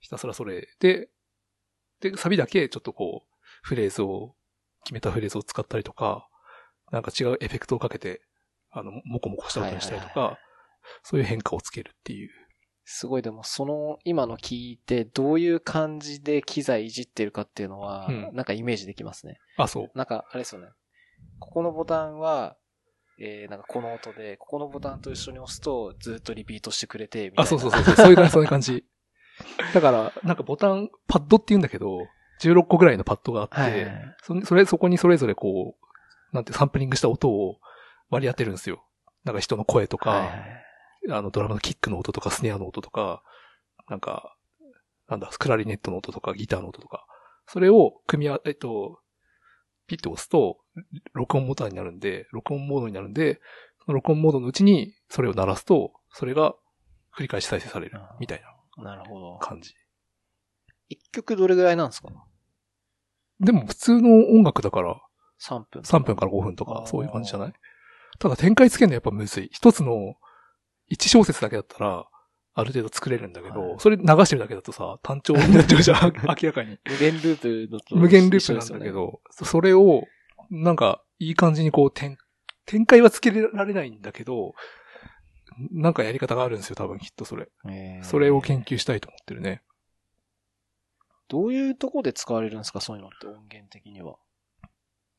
B: ひたすらそれで、で、サビだけちょっとこう、フレーズを、決めたフレーズを使ったりとか、なんか違うエフェクトをかけて、あの、もこもこした音にしたりと
A: はい
B: か、そういう変化をつけるっていう。
A: すごいでもその今の聞いてどういう感じで機材いじってるかっていうのは
B: うん
A: なんかイメージできますね。
B: あ、そう。
A: なんかあれですよね。ここのボタンは、えー、なんかこの音で、ここのボタンと一緒に押すとずっとリピートしてくれてみたいな。
B: あ、そうそうそうそう。そういう感じ、そういう感じ。だから、なんかボタン、パッドって言うんだけど、16個ぐらいのパッドがあって、
A: はいはいはい。
B: そそれ、そこにそれぞれこう、なんてサンプリングした音を割り当てるんですよ。なんか人の声とか、
A: はいはい
B: あのドラムのキックの音とか、スネアの音とか、なんか、なんだ、クラリネットの音とか、ギターの音とか、それを組み合わ、えっと、ピッと押すと、録音ボタンになるんで、録音モードになるんで、その録音モードのうちにそれを鳴らすと、それが繰り返し再生される、みたい
A: なるほど
B: な。感じ。
A: 一曲どれぐらいなんですか
B: でも普通の音楽だから、
A: ?3 分。
B: 3分から5分とか
A: あ、ー
B: そういう感じじゃないただ展開つけるのやっぱむずい。一つの、一小節だけだったら、ある程度作れるんだけど、
A: はい
B: それ流してるだけだとさ、単調になっちゃうじゃん、 明らかに。
A: 無限ループのと
B: 無限ルー
A: 一緒
B: プなんだけ
A: ですよね。
B: ど、そそれを、なんか、いい感じにこう、展、展開はつけられないんだけど、なんかやり方があるんですよ、多分きっとそれ。
A: えー
B: それを研究したいと思ってるね。
A: どういうとこで使われるんですかそういうのって音源的には。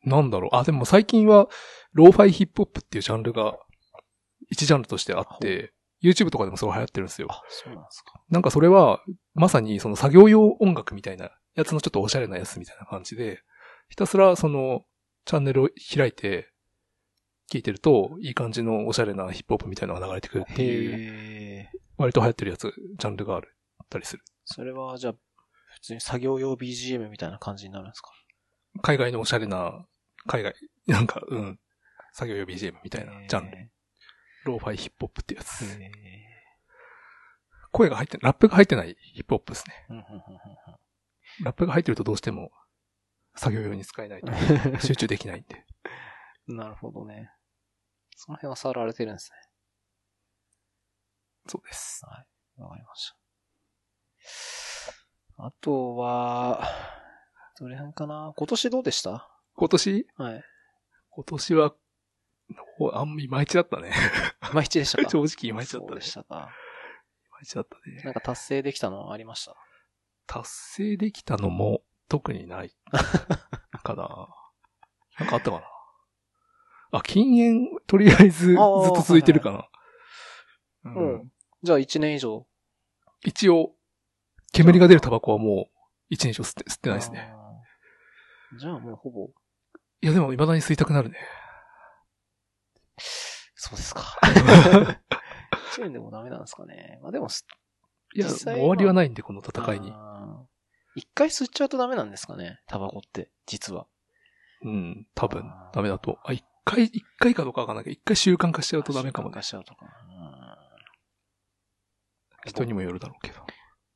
B: なんだろう。あ、でも最近は、ローファイヒップホップっていうジャンルが、一ジャンルとしてあって、YouTube とかでもすごい流行ってるんですよ。
A: あ、そうなんですか。
B: なんかそれは、まさにその作業用音楽みたいなやつのちょっとおしゃれなやつみたいな感じで、ひたすらそのチャンネルを開いて聞いてると、いい感じのおしゃれなヒップホップみたいなのが流れてくるっていう、
A: へえ。
B: 割と流行ってるやつ、ジャンルがある、たりする。
A: それは、じゃあ、普通に作業用 BGM みたいな感じになるんですか
B: 海外のおしゃれな、海外、なんか、うん、作業用 BGM みたいなジャンル。
A: へ
B: ローファイヒップホップってや
A: え
B: つ。
A: へえ
B: 声が入って、ラップが入ってないヒップホップですね。
A: うんうんうん
B: ラップが入ってるとどうしても作業用に使えないと
A: うん
B: 集中できないんで。
A: うん なるほどね。その辺は触られてるんです
B: そうです。
A: ね。わかりました。あとは、どれ辺かな今年どうでした
B: 今年
A: はい。
B: 今年は、ほあんまいまいちだったね。
A: いまいちでしたか
B: 正直い まいちだった
A: そう
B: ね。
A: でしたか。
B: いまいちだったね。
A: なんか達成できたのありました
B: 達成できたのも特 にないかな。なんかあったかな。あ、禁煙、とりあえずずっ
A: あー
B: と続いてるかな。
A: いはい
B: うん
A: じゃあ1年以上
B: 一応、煙が出るタバコはもう一年以上吸って吸ってないですね。
A: あー。じゃあもうほぼ、
B: いやでも未だに吸いたくな るね。
A: そうです か。1年でもダメなんですかね。まあでも、
B: いや、もう
A: 実際は
B: 終わりはないんで、この戦いに。
A: あー。一回吸っちゃうとダメなんですかねタバコって、実は。
B: うん、多分
A: あー、
B: ダメだと。あ、一回、一回かどうかわかんないけど、一回習慣化しちゃうとダメかもね
A: 昔。はとか。うん
B: 人にもよるだろうけど。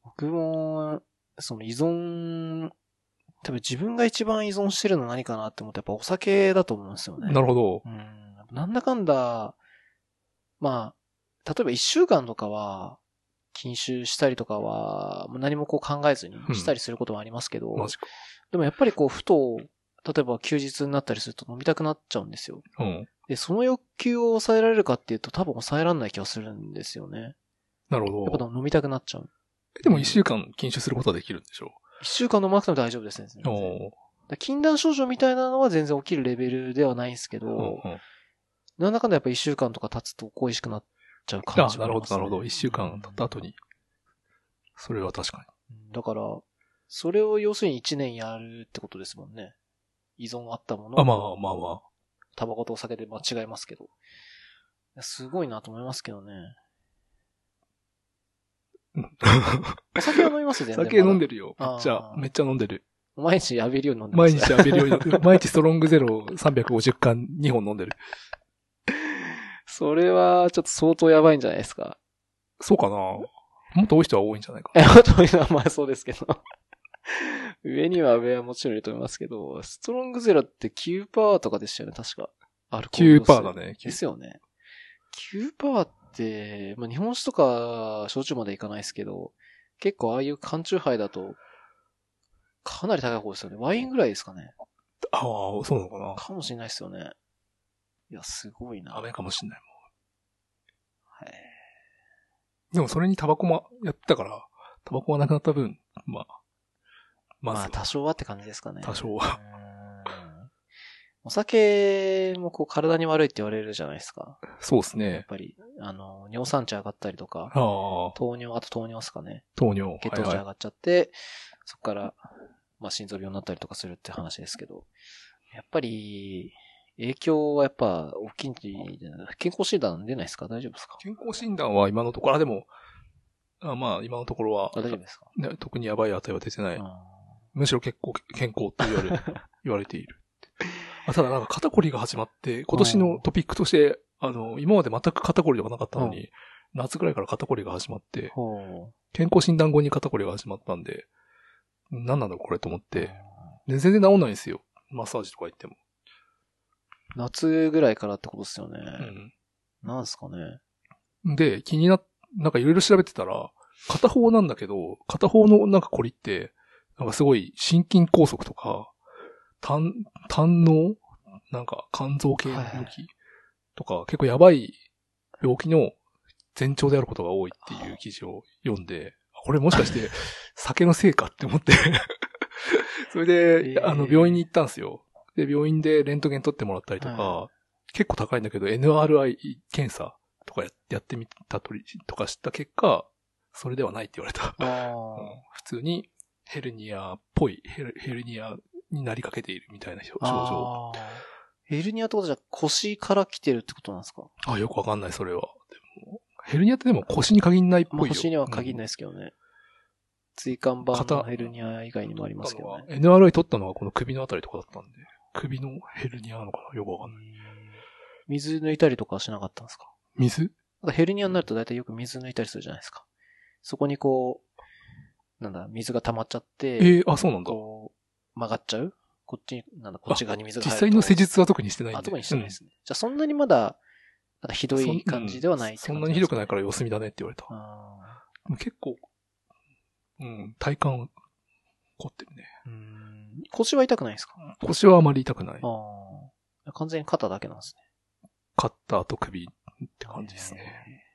A: 僕も、その依存、多分自分が一番依存してるの何かなって思って、やっぱお酒だと思うんですよね。
B: なるほど。
A: うん。なんだかんだ、まあ、例えば一週間とかは、禁酒したりとかは、もう何もこう考えずにしたりすることはありますけど、
B: マジか。
A: でもやっぱりこう、ふと、例えば休日になったりすると飲みたくなっちゃうんですよ。
B: うん。
A: で、その欲求を抑えられるかっていうと多分抑えられない気がするんですよね。
B: なる
A: やっ
B: ほ
A: ぱ
B: ど。
A: 飲みたくなっちゃう。
B: えでも一週間禁酒することはできるんでしょ
A: 一週間飲まなくても大丈夫ですね。全
B: う。
A: 然
B: お
A: だ禁断症状みたいなのは全然起きるレベルではないんですけど、
B: ーうんうん
A: なんだかんだやっぱ一週間とか経つと恋しくなっちゃう感
B: あ、
A: じは
B: な
A: ありま
B: るほど、
A: すね、
B: なるほど。一週間経った後に。それは確か
A: うんだから、それを要するに一年やるってことですもんね。依存あったも
B: に。あ、ま
A: の、
B: あまあま
A: タバコとお酒で間違いますけど。いやすごいなと思いますけどね。
B: あ。
A: お酒は飲みます全然。
B: 酒飲ん
A: で。
B: でるよ。めっちゃ
A: あ、ー
B: めっちゃ飲んでる。
A: 毎日浴びるように飲んでま
B: 毎
A: す、ね。
B: 日浴びるようになってる、毎日ストロングゼロを350缶2本飲んでる。
A: それは、ちょっと相当やばいんじゃないですか。
B: そうかなもっと多い人は多いんじゃないか
A: え、あというのはまあそうですけど。上には上はもちろんいると思いますけど、ストロングゼロって9%とかでしたよね、確か。アルコール度数。
B: 9%だね。
A: で
B: 9%
A: すよね。9%って、まあ、日本酒とか焼酎までいかないですけど、結構ああいう缶中杯だと、かなり高い方ですよね。ワインぐらいですかね。
B: ああ、そうなのかな。
A: かもしれないですよね。いや、すごいな。
B: ダメかもしんないも
A: はい
B: ん。でもそれにタバコもやってたから、タバコがなくなった分、まあ、ま
A: まあ、
B: ずは
A: 多少はって感じですかね。
B: 多少は。
A: うんお酒もこう体に悪いって言われるじゃないですか。
B: そうです
A: やっ
B: ね。
A: ぱり、あの、尿酸値上がったりとか、
B: ああ、
A: 糖尿、あと糖尿ですかね。
B: 糖尿。
A: 血糖値
B: はい
A: 上
B: はい
A: がっちゃって、そこから、まあ、心臓病になったりとかするって話ですけど、やっぱり、影響はやっぱ、大きいんじゃない健康診断出ないですか大丈夫ですか
B: 健康診断は今のところ、あ、でも、あまあ、今のところは
A: あ、大丈夫ですか、
B: ね特にやばい値は出てない。
A: う
B: むしろ結構健康って言われる 言われている。あただなんか肩こりが始まって、今年のトピックとして、あの、今まで全く肩こりとかなかったのに、夏ぐらいから肩こりが始まって、
A: んほう。
B: 健康診断後に肩こりが始まったんで、何なんだこれと思って
A: うん、
B: で全然治んないんですよ。マッサージとか行っても。
A: 夏ぐらいからってことですよね。
B: う
A: なんですかね。
B: ん。で、気にな、なんかいろいろ調べてたら、片方なんだけど、片方のなんかこりって、なんかすごい心筋梗塞とか、胆、胆のなんか肝臓系の病気とか、結構やばい病気の前兆であることが多いっていう記事を読んで、あこれもしかして酒のせいかって思って。 それで、
A: えー
B: あの、病院に行ったんですよ。で、病院でレントゲン取ってもらったりとか、
A: は
B: 結構高いんだけど、NRI 検査とかややってみたとり、とかした結果、それではないって言われた。
A: あ
B: うん普通にヘルニアっぽい、ヘルヘルニアになりかけているみたいな症症状。
A: あーヘルニアってことじゃ腰から来てるってことなんですか
B: あよくわかんない、それは。でもヘルニアってでも腰に限んないっぽい
A: ま
B: よ。
A: あ、腰には限らないですけどね。椎間板
B: 肩
A: のヘルニア以外にもありますけどね。
B: 取ったのは NRI 取ったのはこの首のあたりとかだったんで、首のヘルニアなのかなよくわかんない。
A: 水抜いたりとかはしなかったんですか
B: 水
A: なんかヘルニアになると大体よく水抜いたりするじゃないですか。そこにこう、なんだ、水が溜まっちゃっ
B: え
A: て、
B: ーあ、そうなんだ。
A: こう、曲がっちゃうこっちに、なんだ、こっち側に水が
B: 実
A: 入ると
B: 際の施術は特にしてないんで。
A: あ、特にしてないで
B: うん
A: すね。じゃあそんなにまだ、なんかひど
B: そん
A: い感じではないって
B: そ
A: 感
B: ん
A: じ
B: なにひどく
A: な
B: ないいから様子見だねって言われた。もう結構、うん、体幹は凝ってるね。
A: うん腰は痛くないですか
B: 腰はあまり痛くない。
A: ああ。完全に肩だけなんですね。
B: 肩と首って感じですね。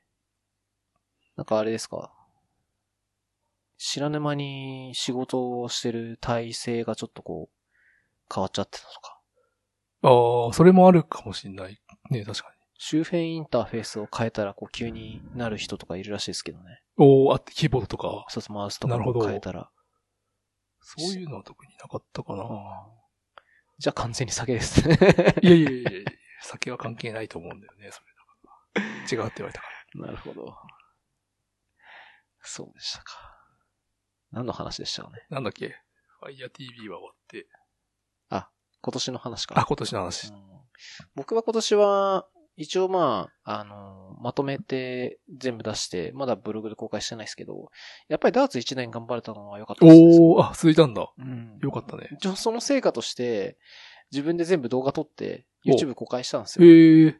A: なんかあれですか知らぬ間に仕事をしてる体勢がちょっとこう、変わっちゃってたとか。
B: ああ、それもあるかもしんない。ね、確か
A: 周辺インターフェースを変えたらこう急になる人とかいるらしいですけどね。
B: に。おおあって、キーボードとか、
A: 一つマウスとかを変えたら。
B: そういうのは特になかったかな。
A: あーじゃあ完全に酒です ね。
B: いやいやいやいや酒は関係ないと思うんだよね、それだから。違うって言われたから。
A: なるほど。そうでしたか。何の話でしたかね。
B: なんだっけ ?Fire TV は終わって。
A: 今年の話か。
B: あ、今年の話。
A: うん僕は今年は、一応まあ、あの、まとめて全部出して、まだブログで公開してないですけど、やっぱりダーツ1年頑張れたのは良かったですね。
B: おおあ、続いたんだ。
A: うん。
B: よかったね。
A: 一応その成果として、自分で全部動画撮って、
B: お
A: YouTube 公開したんですよ。
B: へえ、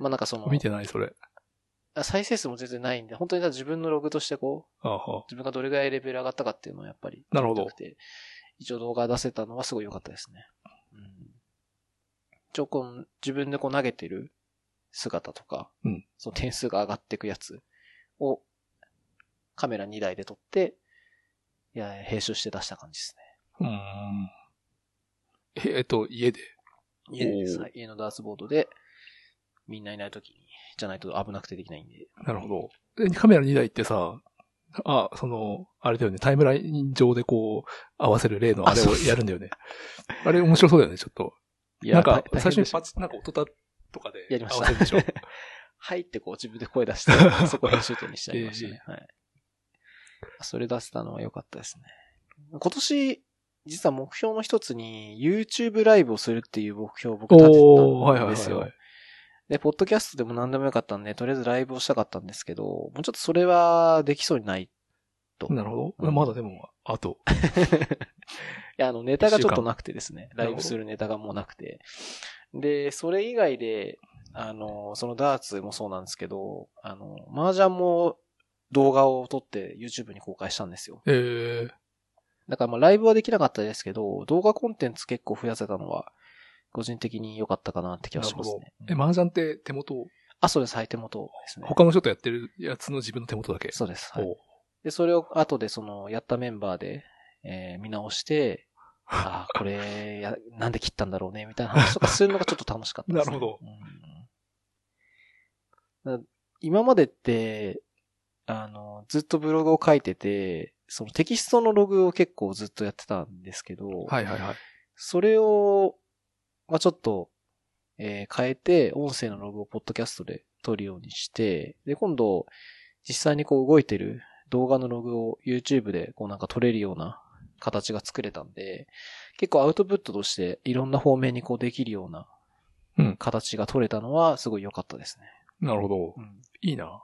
A: まあなんかその、
B: 見てない、それ。
A: 再生数も全然ないんで、本当にただ自分のログとしてこう、
B: あーは
A: 自分がどれぐらいレベル上がったかっていうのはやっぱり。
B: なるほど
A: 見たくて。一応動画出せたのはすごい良かったですね。うん。一応この自分でこう投げてる姿とか、
B: うん
A: その点数が上がっていくやつをカメラ2台で撮って、いや、編集して出した感じです
B: うーん。ええっと、家で。
A: ね。
B: おー
A: 家でさ家のダーツボードで、みんないないときに、じゃないと危なくてできないんで。
B: なるほど。でカメラ2台ってさ、あ、その、あれだよね、タイムライン上でこう、合わせる例のあれ
A: あそう
B: を
A: そう
B: やるんだよね。あれ面白そうだよね、ちょっと。
A: い
B: なんか、
A: 大
B: 最
A: 大変
B: 初
A: で
B: に
A: し
B: パ
A: た
B: チ、なんか音たとかで
A: やりま
B: 合
A: し
B: わ
A: た。
B: せ るでしょ。
A: はいってこう自分で声出 して、そこ編集点にしてありましたね。はい。それ出せたのは良かったですね。今年、実は目標の一つに YouTube ライブをするっていう目標を僕立て
B: おー、はい
A: たん
B: は
A: で
B: いは
A: す
B: い、は
A: よ
B: い。。
A: で、ポッドキャストでも何でもよかったんで、とりあえずライブをしたかったんですけど、もうちょっとそれはできそうにない。い
B: なるほど。
A: うん
B: まだでも、あと。
A: や、あの、ネタがちょっとなくてですね、ラ
B: なる
A: イ
B: ほど
A: ブするネタがもうなくて。で、それ以外で、あの、そのダーツもそうなんですけど、あの、麻雀も動画を撮って YouTube に公開したんですよ。
B: ええ
A: だからまあライブはできなかったですけど、動画コンテンツ結構増やせたのは、個人的に良かったかなって気がしますね。
B: え、麻雀って手元を、
A: あ、そうです。はい、手元ですね。
B: 他の人とやってるやつの自分の手元だけ。
A: そうです。はい
B: おう
A: で、それを後でその、やったメンバーで、えー見直して、ああ、これ、や、なんで切ったんだろうね、みたいな話とかするのがちょっと楽しかったです、ね。
B: なるほど
A: うん。だ今までって、あの、ずっとブログを書いてて、そのテキストのログを結構ずっとやってたんですけど、
B: はいはいはい。
A: それを、まあ、ちょっと、えー変えて、音声のログをポッドキャストで撮るようにして、で、今度、実際にこう動いてる動画のログを YouTube でこうなんか撮れるような形が作れたんで、結構アウトプットとしていろんな方面にこうできるような
B: うん
A: 形が撮れたのはすごい良かったですね。
B: なるほど。
A: うん
B: いいな。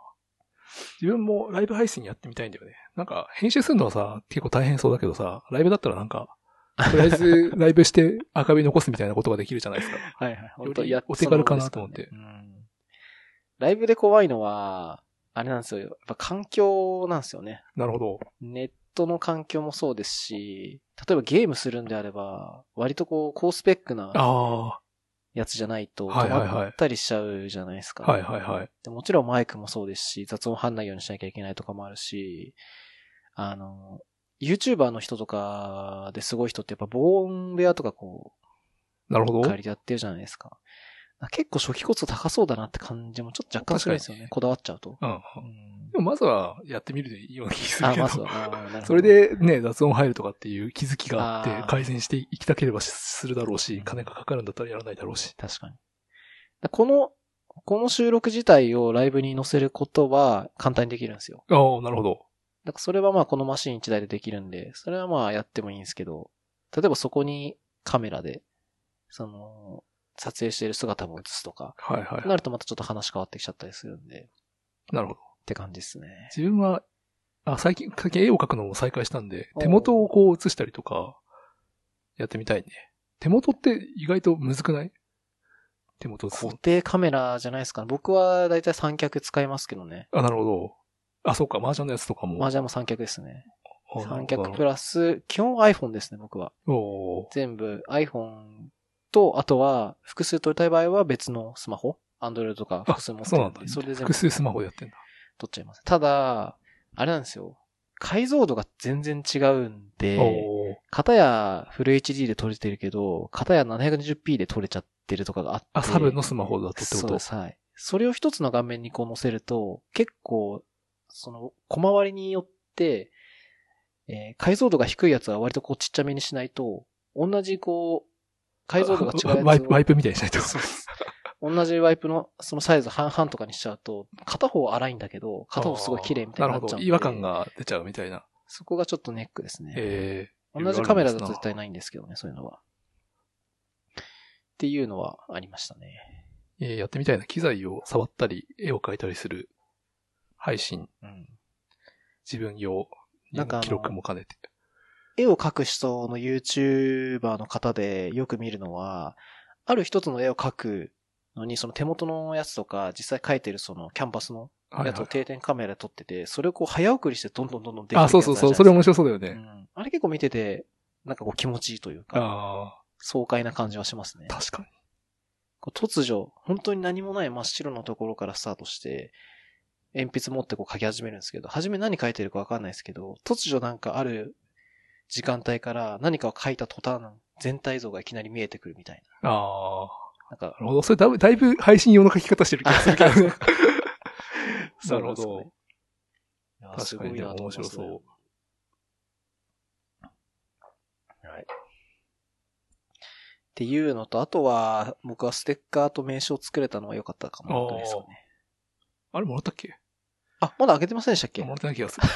B: 自分もライブ配信やってみたいんだよね。なんか、編集するのはさ、結構大変そうだけどさ、ライブだったらなんか、とりあ えずライブしてアーカイブに残すみたいなことができるじゃないですか。
A: はいはい。
B: より
A: 本当やっ
B: お手軽かなと思って
A: そのものですからねうんライブで怖いのは、あれなんですよ。やっぱ環境なんですよね。
B: なるほど。
A: ネットの環境もそうですし、例えばゲームするんであれば、割とこう、高スペックな
B: あ
A: やつじゃないと、
B: はい
A: 止
B: はいはい
A: まったりしちゃうじゃないですか。
B: あ、はいはいはい。
A: でもちろんマイクもそうですし、雑音入んないようにしなきゃいけないとかもあるし、あの、YouTuber の人とかですごい人ってやっぱ防音部屋とかこ
B: なるほ
A: う、
B: ど。
A: 借りてやってるじゃないですか。結構初期コスト高そうだなって感じもちょっと若干するんですよね。
B: 確かに
A: こだわっちゃうと。
B: うん。
A: うん
B: でもまずはやってみるでいいような気する
A: あ、
B: けど。
A: まずは、あーなるほど
B: それでね、雑音入るとかっていう気づきがあ
A: あ
B: っ
A: ー
B: て、改善していきたければしするだろう
A: う
B: し
A: ん、
B: 金がかかるんだったらやらないだろうし。
A: 確かに。だこの、この収録自体をライブに載せることは簡単にできるんですよ。
B: ああ、なるほど。
A: だからそれはまあこのマシン1台でできるんで、それはまあやってもいいんですけど、例えばそこにカメラで、その、撮影している姿も映すとか、
B: はいはい。
A: なるとまたちょっと話変わってきちゃったりするんで、っ
B: なるほど。
A: て感じですね。
B: 自分は、あ、最近、最近絵を描くのも再開したんで
A: お、ー
B: 手元をこう写したりとか、やってみたいね。手元って意外とむずくない手元写すの
A: 固。定カメラじゃないですかね。僕はだいたい三脚使いますけどね。
B: あ、なるほど。あ、そうか、麻雀のやつとかも。
A: マージャンも三脚ですね。
B: あなるほど
A: 三脚
B: な
A: プ
B: る
A: ラス、基本 iPhone ですね、僕は。
B: ほどお
A: 全部 iPhone と、あとは複数撮りたい場合は別のスマホ ?Android とか
B: あ
A: 複数持
B: ー
A: って
B: そうなん
A: る
B: だ
A: で。それで。全部
B: 複数スマホでやってんだ。
A: 撮っちゃいます。ただ、あれなんですよ。解像度が全然違うんで、
B: おー
A: 片やフル HD で撮れてるけど、片や 720p で撮れちゃってるとかがあって。
B: あ、サブのスマホだとって
A: そ
B: こ
A: う
B: と
A: です、はい。それを一つの画面にこう載せると、結構、その、小回りによって、えー解像度が低いやつは割とこうちっちゃめにしないと、同じこう、解像度が違うやつを
B: ワイプワイプみたいに しないと。
A: そうです。同じワイプのそのサイズ半々とかにしちゃうと、片方荒いんだけど、片方すごい綺麗みたいになっちゃう
B: なる
A: ん
B: ほ
A: で
B: ど。違和感。が出ちゃうみたいな。
A: そこがちょっとネックですね。
B: ええ
A: 同じカメラだと絶対ないんですけどね、そういうのは。っていうのはありましたね。
B: えーやってみたいな機材を触ったり、絵を描いたりする配信、
A: うん。
B: 自分用
A: なんかあ
B: の
A: の
B: 記録も兼ねて。
A: 絵を描く人の YouTuber の方でよく見るのは、ある一つの絵を描くのに、その手元のやつとか、実際描いてるそのキャンパスの
B: はい
A: や
B: は
A: つを
B: い
A: 定点カメラで撮ってて、それをこう早送りしてどんどんどんどんできる
B: あ、そうそうそう。それ面白そうだよ
A: う
B: ね。
A: んあれ結構見てて、なんかこう気持ちいいというか、
B: あ
A: 爽快な感じはしますね
B: あ、。確かに。
A: こう突如、本当に何もない真っ白なところからスタートして、鉛筆持ってこう書き始めるんですけど、初め何書いてるかわかんないですけど、突如なんかある時間帯から何かを書いた途端、全体像がいきなり見えてくるみたい
B: ああ、
A: な。なんか
B: な、るほど。それだいぶ、だいぶ配信用の書き方してる気がするけど ね。
A: そ
B: な
A: うな
B: る
A: んで
B: ほ
A: すよ
B: ど
A: ね。。いやす
B: 確
A: ご
B: か
A: い
B: に、で
A: な
B: も
A: と思
B: 面
A: いま
B: 白
A: すね
B: そう。
A: はい。っていうのと、あとは、僕はステッカーと名刺を作れたのは良かったかもしれないですかね。
B: あれもらったっけ
A: あ、まだ開けてませんでしたっけ
B: もらってない気がする。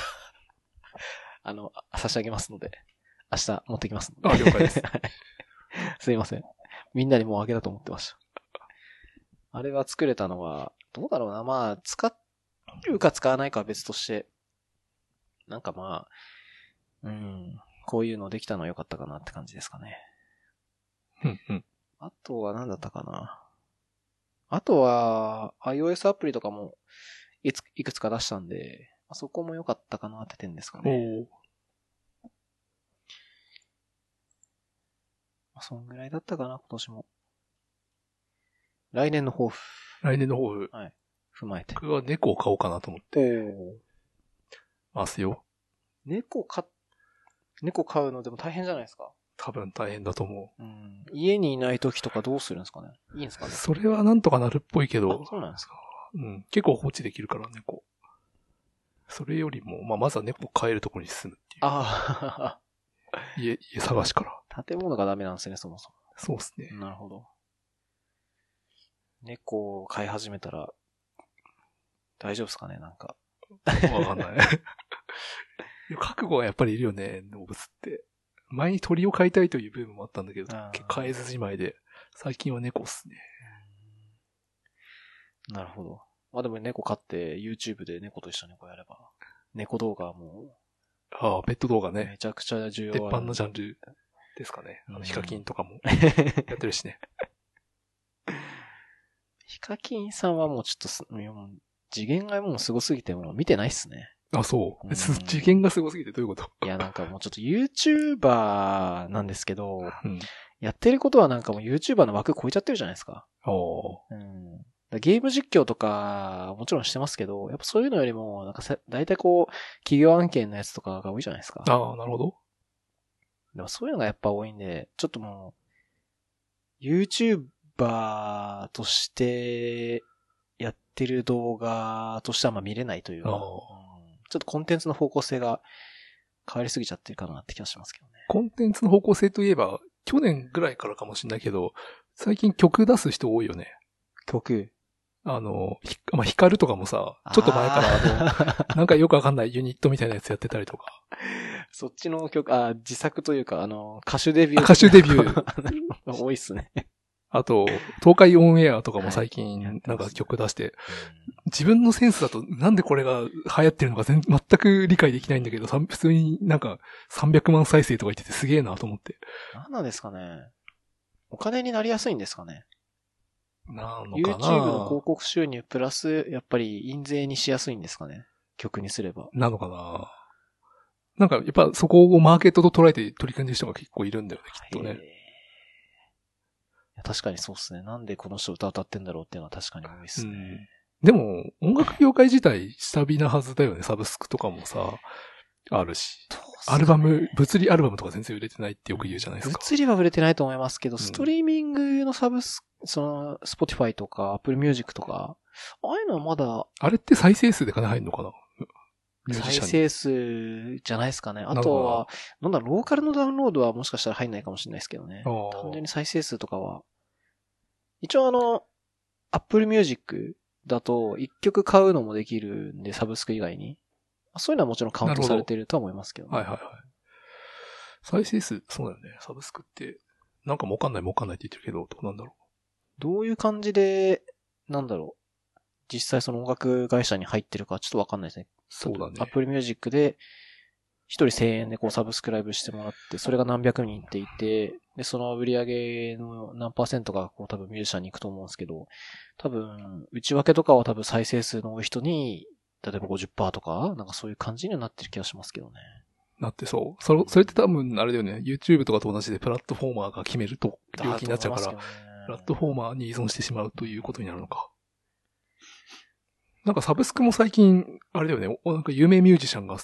A: あの、あ差し上げますので、明日持ってきますので。
B: あ了解です
A: はいすいません。みんなにもう開けたと思ってました。あれは作れたのは、どうだろうな。まあ、使うか使わないかは別として、なんかまあ、うん、こういうのできたのは良かったかなって感じですかね。
B: うんうん。
A: あとは何だったかな。あとは、iOS アプリとかも、いつ、いくつか出したんで、まあそこも良かったかなって点ですかね。
B: おお。
A: まあそんぐらいだったかな、今年も。来年の抱負、
B: 来年の方、
A: 踏まえて。
B: 僕は猫を買おうかなと思ってますよ。
A: 猫か、猫飼うのでも大変じゃないですか。
B: 多分大変だと思
A: うん。家にいない時とかどうするんですかねいいんですか
B: う。
A: ね
B: それはなんとかなるっぽいけ
A: あ
B: ど、
A: そうなんですか。
B: うん、結構放置できるから、猫。それよりも、まあ、まずは猫を飼えるところに住むっていう。
A: あ
B: 家、家探しから。
A: あ、 建物がダメなんですね、そもそ
B: そうですね。
A: も。なるほど。猫を飼い始めたら、大丈夫ですかねなんか。
B: わかんない。いや覚悟はやっぱりいるよね、動物って。前に鳥を飼いたいというブームもあったんだけど
A: あー、
B: 結構飼えずじまいで、最近は猫っすね。
A: なるほど。まあでも猫飼って、YouTube で猫と一緒にこうやれば、猫動画はも
B: ああ、ペット動画
A: う、
B: ね。
A: めちゃくちゃ重要
B: 鉄板のジ
A: ゃ
B: ャンルですかね。あ
A: うん
B: の、ヒカキン とかも
A: ん。
B: やってるしね。
A: ヒカキンさんはもうちょっとす、いやもう次元がもうすごすぎて、もう見てないっすね。
B: あ、そう
A: うん。
B: 次元がすごすぎてどういうこと
A: いや、なんかもうちょっと YouTuber なんですけど、
B: うん。
A: やってることはなんかもう YouTuber の枠超えちゃってるじゃないですか。
B: おー
A: うん。だからゲーム実況とか、もちろんしてますけど、やっぱそういうのよりも、なんかさ、大体こう、企業案件のやつとかが多いじゃないですか。
B: ああ、なるほど。
A: でもそういうのがやっぱ多いんで、ちょっともう、YouTuber としてやってる動画としてはあんま見れないというか、
B: あ
A: う
B: ー
A: んちょっとコンテンツの方向性が変わりすぎちゃってるかなって気がしますけどね。
B: コンテンツの方向性といえば、去年ぐらいからかもしれないけど、最近曲出す人多いよね。
A: 曲。
B: あの、ひまあ、ヒカルとかもさ、ちょっと前からあの、
A: ら。
B: なんかよくわかんないユニットみたいなやつやってたりとか。
A: そっちの曲、あ、自作というか、あの、歌手デビュー。
B: あ歌手デ ビュ
A: ー。多いっす ね。
B: あと、東海オンエアとかも最
A: はいやっ
B: 近
A: て
B: な
A: ますね
B: んか曲出して、自分のセンスだとなんでこれが流行ってるのか全全く理解できないんだけど、さん普通になんか300万再生とか言っててすげえなと思って。
A: 何なんですかね。お金になりやすいんですかね。
B: なの
A: YouTube
B: か
A: の
B: な
A: 広告収入プラス、やっぱり印税にしやすいんですかね。曲にすれば。
B: なのかななんかやっぱそこをマーケットと捉えて取り組んでる人が結構いるんだよね、きっと
A: へー
B: ね。
A: いや確かにそうっすね。なんでこの人歌歌ってんだろうっていうのは確かに多いっ
B: う
A: すね。
B: ん。でも、音楽業界自体下火なはずだよね。サブスクとかもさ、あるし。
A: どうっすかね
B: アルバム、物理アルバムとか全然売れてないってよく言うじゃないですか。
A: 物理は売れてないと思いますけど、
B: ん
A: ストリーミングのサブス、その、Spotify とか Apple Music とか、ああいうのはまだ
B: あれって再生数で金入るのかなミュージ
A: 再
B: シャンに。
A: 生数じゃないですかね。あ
B: なるほ
A: と
B: ど
A: は、なんだ、ローカルのダウンロードはもしかしたら入んないかもしれないですけどね。
B: あー
A: 単純に再生数とかは。一応あの、Apple Music だと1曲買うのもできるんで、サブスク以外に。そういうのはもちろんカウントされてるとは思いますけどね、
B: はいはいはい。再生数、そうだよね。サブスクって、なんか儲かんない儲かんないって言ってるけど、どうなんだろ
A: どういう感じで、なんだろう。実際その音楽会社に入ってるかちょっとわかんないですね。
B: う。そうだね。
A: Apple Music で、一人1000円でこうサブスクライブしてもらって、それが何百人っていて、で、その売り上げの何パーセントがこう多分ミュージシャンに行くと思うんですけど、多分、内訳とかは多分再生数の多い人に、例えば50%とか、なんかそういう感じにはなってる気がしますけどね。
B: なってそう。それ、それって多分、あれだよね。YouTube とかと同じでプラットフォーマーが決めると、病気になっちゃうから、プラットフォーマーに依存してしまうということになるのか。なんかサブスクも最近、あれだよね。おなんか有名ミュージシャンが、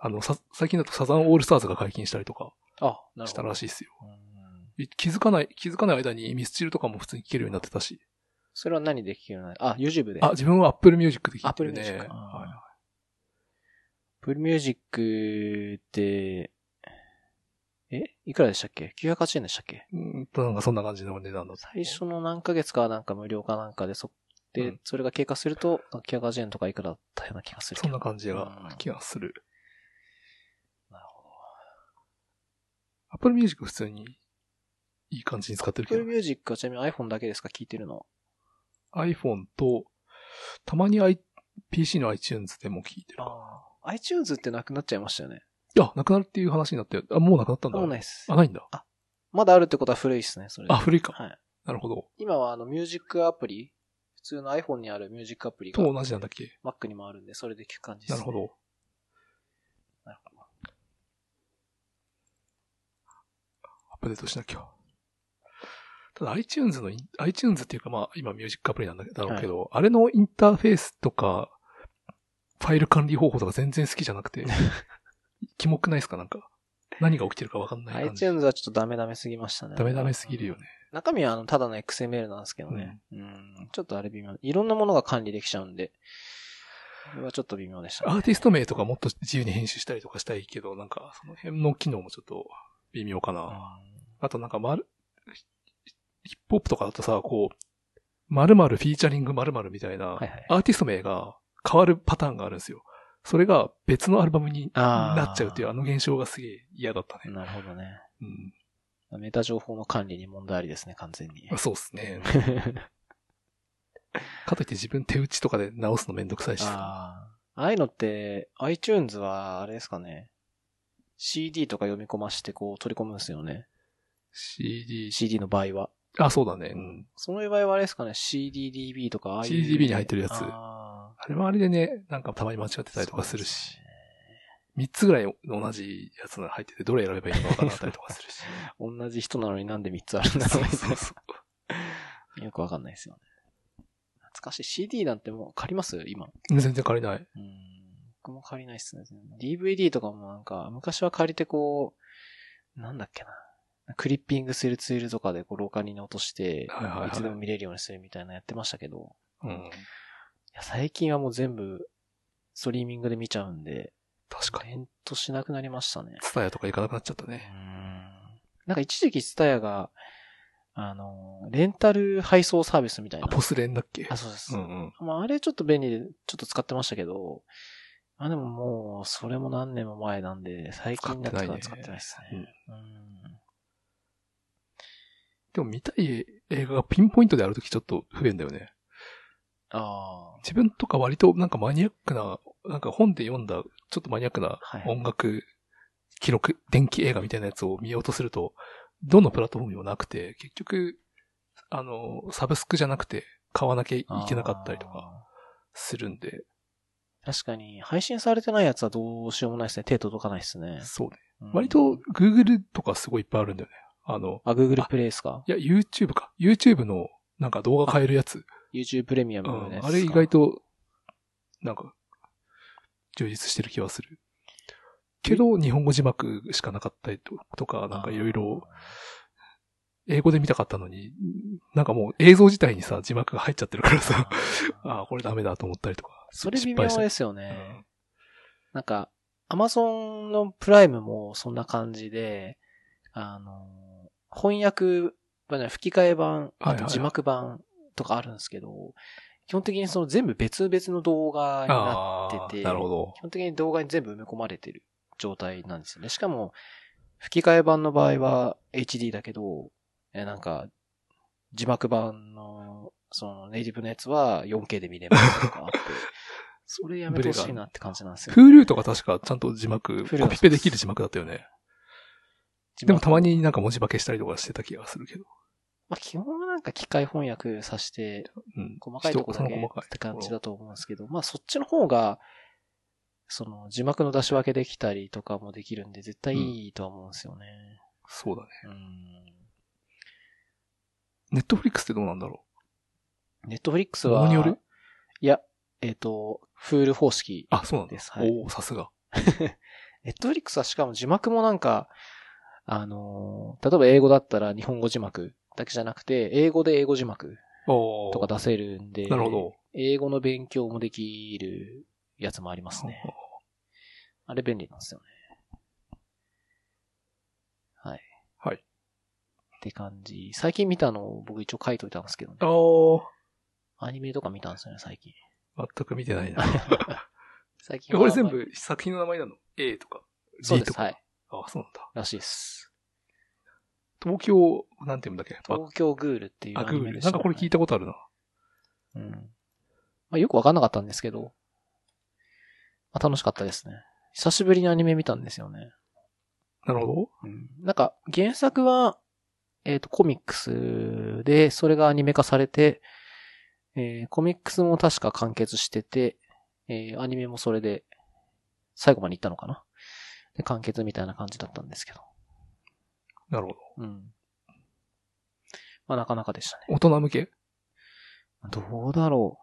B: あの、さ最近だとサザンオールスターズが解禁したりとか
A: ーあ、なる
B: し
A: ほ
B: た
A: ど。
B: らしいですよ。
A: うん
B: 気づかない、気づかない間にミスチルとかも普通に聴けるようになってたし。
A: それは何で聞けるのあ、YouTube で。
B: あ、自分は Apple Music で聴いて
A: Apple
B: るね。
A: Music か。
B: は
A: プルミュージックって、えいくらでしたっけ ?908 円でしたっけ
B: い。うんと、なんかそんな感じの値段だった。
A: 最初の何ヶ月かはなんか無料かなんかで、そ、で、
B: うん
A: それが経過すると、908円とかいくらだったような気がする
B: そ
A: け
B: ん
A: ど。
B: な感じ
A: う
B: が
A: ん
B: 気がする。
A: なるほど。
B: Apple Music 普通にいい感じに使ってる
A: プ
B: け
A: ル
B: ど。
A: ミュージックはちなみに iPhone だけですか聞いてるの。
B: iPhone と、たまに、I、PC の iTunes でも聴いてるか。
A: ああ。iTunes ってなくなっちゃいましたよね。
B: あ、なくなるっていう話になって、あ、もうなくなったんだ。
A: もうないです
B: あ、。ないんだ。
A: まだあるってことは古いっすね、それ。
B: あ、古いか。
A: はい。
B: なるほど。
A: 今はあのミュージックアプリ、普通の iPhone にあるミュージックアプリが
B: と同じなんだっけ
A: Mac にもあるんで、それで聞く感じで
B: な
A: す、ね。
B: るほど。
A: なるほど。
B: アップデートしなきゃ。ただ iTunes のイン、iTunes っていうかまあ今ミュージックアプリなんだだろうけど、あれのインターフェースとか、ファイル管理方法とか全然好きじゃな くて、キモくないですかなんか。何が起きてるかわかんない感じ。
A: iTunes はちょっとダメダメすぎましたね。
B: ダメダメすぎるよね。
A: 中身はあの、ただの XML なんですけどね。うん。ちょっとあれ微妙。いろんなものが管理できちゃうんで、これはちょっと微妙でした、
B: アー
A: ね。
B: ティスト名とかもっと自由に編集したりとかしたいけど、なんかその辺の機能もちょっと微妙かな。あとなんか丸、ヒップホップとかだとさ、こう、〇〇フィーチャリング〇〇みたいな、
A: はいはい
B: アーティスト名が変わるパターンがあるんですよ。それが別のアルバムに
A: あー
B: なっちゃうっていうあの現象がすげえ嫌だった
A: う
B: ね
A: ん。。なるほどね。
B: うん。
A: メタ情報の管理に問題ありですね、完全に。
B: そうっすね。かといって自分手打ちとかで直すのめんどくさいしさ。
A: ああ。ああいうのって、iTunes は、あれですかね。CD とか読み込ましてこう取り込むんですよね。
B: CD、
A: CD の場合は。
B: あ、そうだね。うん。
A: その場合はあれですかね、CDDB とかああいう
B: CDDB に入ってるやつ
A: あ
B: あれはあれでね、なんかたまに間違って
A: ー
B: たりとかするし、三つぐらいの同じやつが入ってて、どれ選べばいいのか分からなかったりとかするし。
A: 同じ人なのになんで3つあるんだろ
B: そうう
A: ね
B: そうそう。
A: よくわかんないですよね。懐かしい。CD なんてもう借ります今。
B: 全然借りない。
A: うん。僕も借りないっすね。DVD とかもなんか、昔は借りてこう、なんだっけな。クリッピングするツールとかでこう廊下に落として、
B: はいはいはい
A: いつでも見れるようにするみたいなのやってましたけど、
B: うん。
A: いや最近はもう全部、ストリーミングで見ちゃうんで、
B: 確かに。
A: レントしなくなりましたね。
B: ツタヤとか行かなくなっちゃった
A: う
B: ね。
A: んなんか一時期ツタヤが、あの、レンタル配送サービスみたいな
B: あ、。ポスレンだっけ
A: あ、そうです。
B: うんうん。
A: まあ、あれちょっと便利で、ちょっと使ってましたけど、あ、でももう、それも何年も前なんで、最近になってから
B: 使
A: 使
B: っ
A: っててないい
B: なね
A: ですね。うん
B: でも見たい映画がピンポイントであるときちょっと不便だよね。
A: ああ。
B: 自分とか割となんかマニアックな、なんか本で読んだちょっとマニアックな
A: はい
B: 音楽記録、電気映画みたいなやつを見ようとすると、どのプラットフォームにもなくて、結局、あの、サブスクじゃなくて買わなきゃいけなかったりとかするんで、
A: あー。確かに、配信されてないやつはどうしようもないですね。手届かないですね。
B: そうね。
A: うん
B: 割と、Google とかすごいいっぱいあるんだよね。あの、
A: あ、Google プレイですか
B: いや、YouTube か。YouTube の、なんか動画変えるやつ。
A: ?YouTube プレミアム
B: う
A: の
B: ん
A: や。つ
B: あ
A: ですか
B: れ意外。と、なんか、充実してる気はする。けど、日本語字幕しかなかったりととか、なんかいろいろ、英語で見たかったのに、なんかもう映像自体にさ、字幕が入っちゃってるから
A: あー。
B: さ、 ああー、これダメだと思ったりとか。
A: それ微
B: 失
A: 妙
B: 敗した
A: ですよ
B: う
A: ね。
B: ん
A: なんか、アマゾンのプライムもそんな感じで、あの、翻訳、まあね吹き替え版、
B: はいは
A: あ
B: い
A: と字幕版とかあるんですけど、基本的にその全部別々の動画になっ
B: ああ
A: てて
B: なるほど
A: 基。本的に動画に全部埋め込まれてる状態なんですよね。しかも、吹き替え版の場合は HD だけど、えなんか、字幕版の、そのネイティブのやつは 4K で見れますと かあって、それやめてほしいなって感じなんですよね。
B: Hulu とか確かちゃんと字幕、
A: Hulu
B: コピペできる字幕だったよね。でもたまになんか文字化けしたりとかしてた気がするけど。
A: まあ、基本はなんか機械翻訳させて、
B: うん。
A: 細かいとこだけ
B: 人その細かい
A: って感じだと思うんですけど、まあそっちの方が、その字幕の出し分けできたりとかもできるんで、絶対いいとは思うんですよね。
B: そうだね。
A: うん。
B: ネットフリックスってどうなんだろう
A: ネットフリックスは、
B: 物による
A: いや、えっ、と、フール方式。
B: あ、そうなんだ
A: ですはい
B: おおさすが。
A: ネットフリックスはしかも字幕もなんか、あのー例えば英語だったら日本語字幕だけじゃなくて、英語で英語字幕
B: お
A: とか出せるんで、
B: なるほど。
A: 英語の勉強もできるやつもありますね。あれ便利なんですよね。はい。
B: はい
A: って感じ。最近見たのを僕一応書いといたんですけどね。
B: あー
A: アニメとか見たんですよね、最近。
B: 全く見てな いな。
A: 最近は
B: これ全部作品の名前なの ?A とか
A: そう
B: G
A: で
B: と
A: す。
B: か。
A: はい。
B: あ、そうなんだ。
A: らしいです。
B: 東京、なんて言うんだっけバ
A: 東京グールっていう
B: あ、
A: ア
B: グ
A: ニ
B: ー
A: メ
B: ル。
A: で
B: な
A: した
B: んか
A: ね、
B: これ聞いたことあるな。
A: うん。まあ、よくわかんなかったんですけど、まあ、楽しかったですね。久しぶりにアニメ見たんですよね。
B: なるほど。
A: うん。なんか、原作は、えっ、と、コミックスで、それがアニメ化されて、えーコミックスも確か完結してて、えーアニメもそれで、最後まで行ったのかなで、完結みたいな感じだったんですけど。
B: なるほど。
A: うん。まあ、なかなかでしたね。
B: 大人向け
A: どうだろ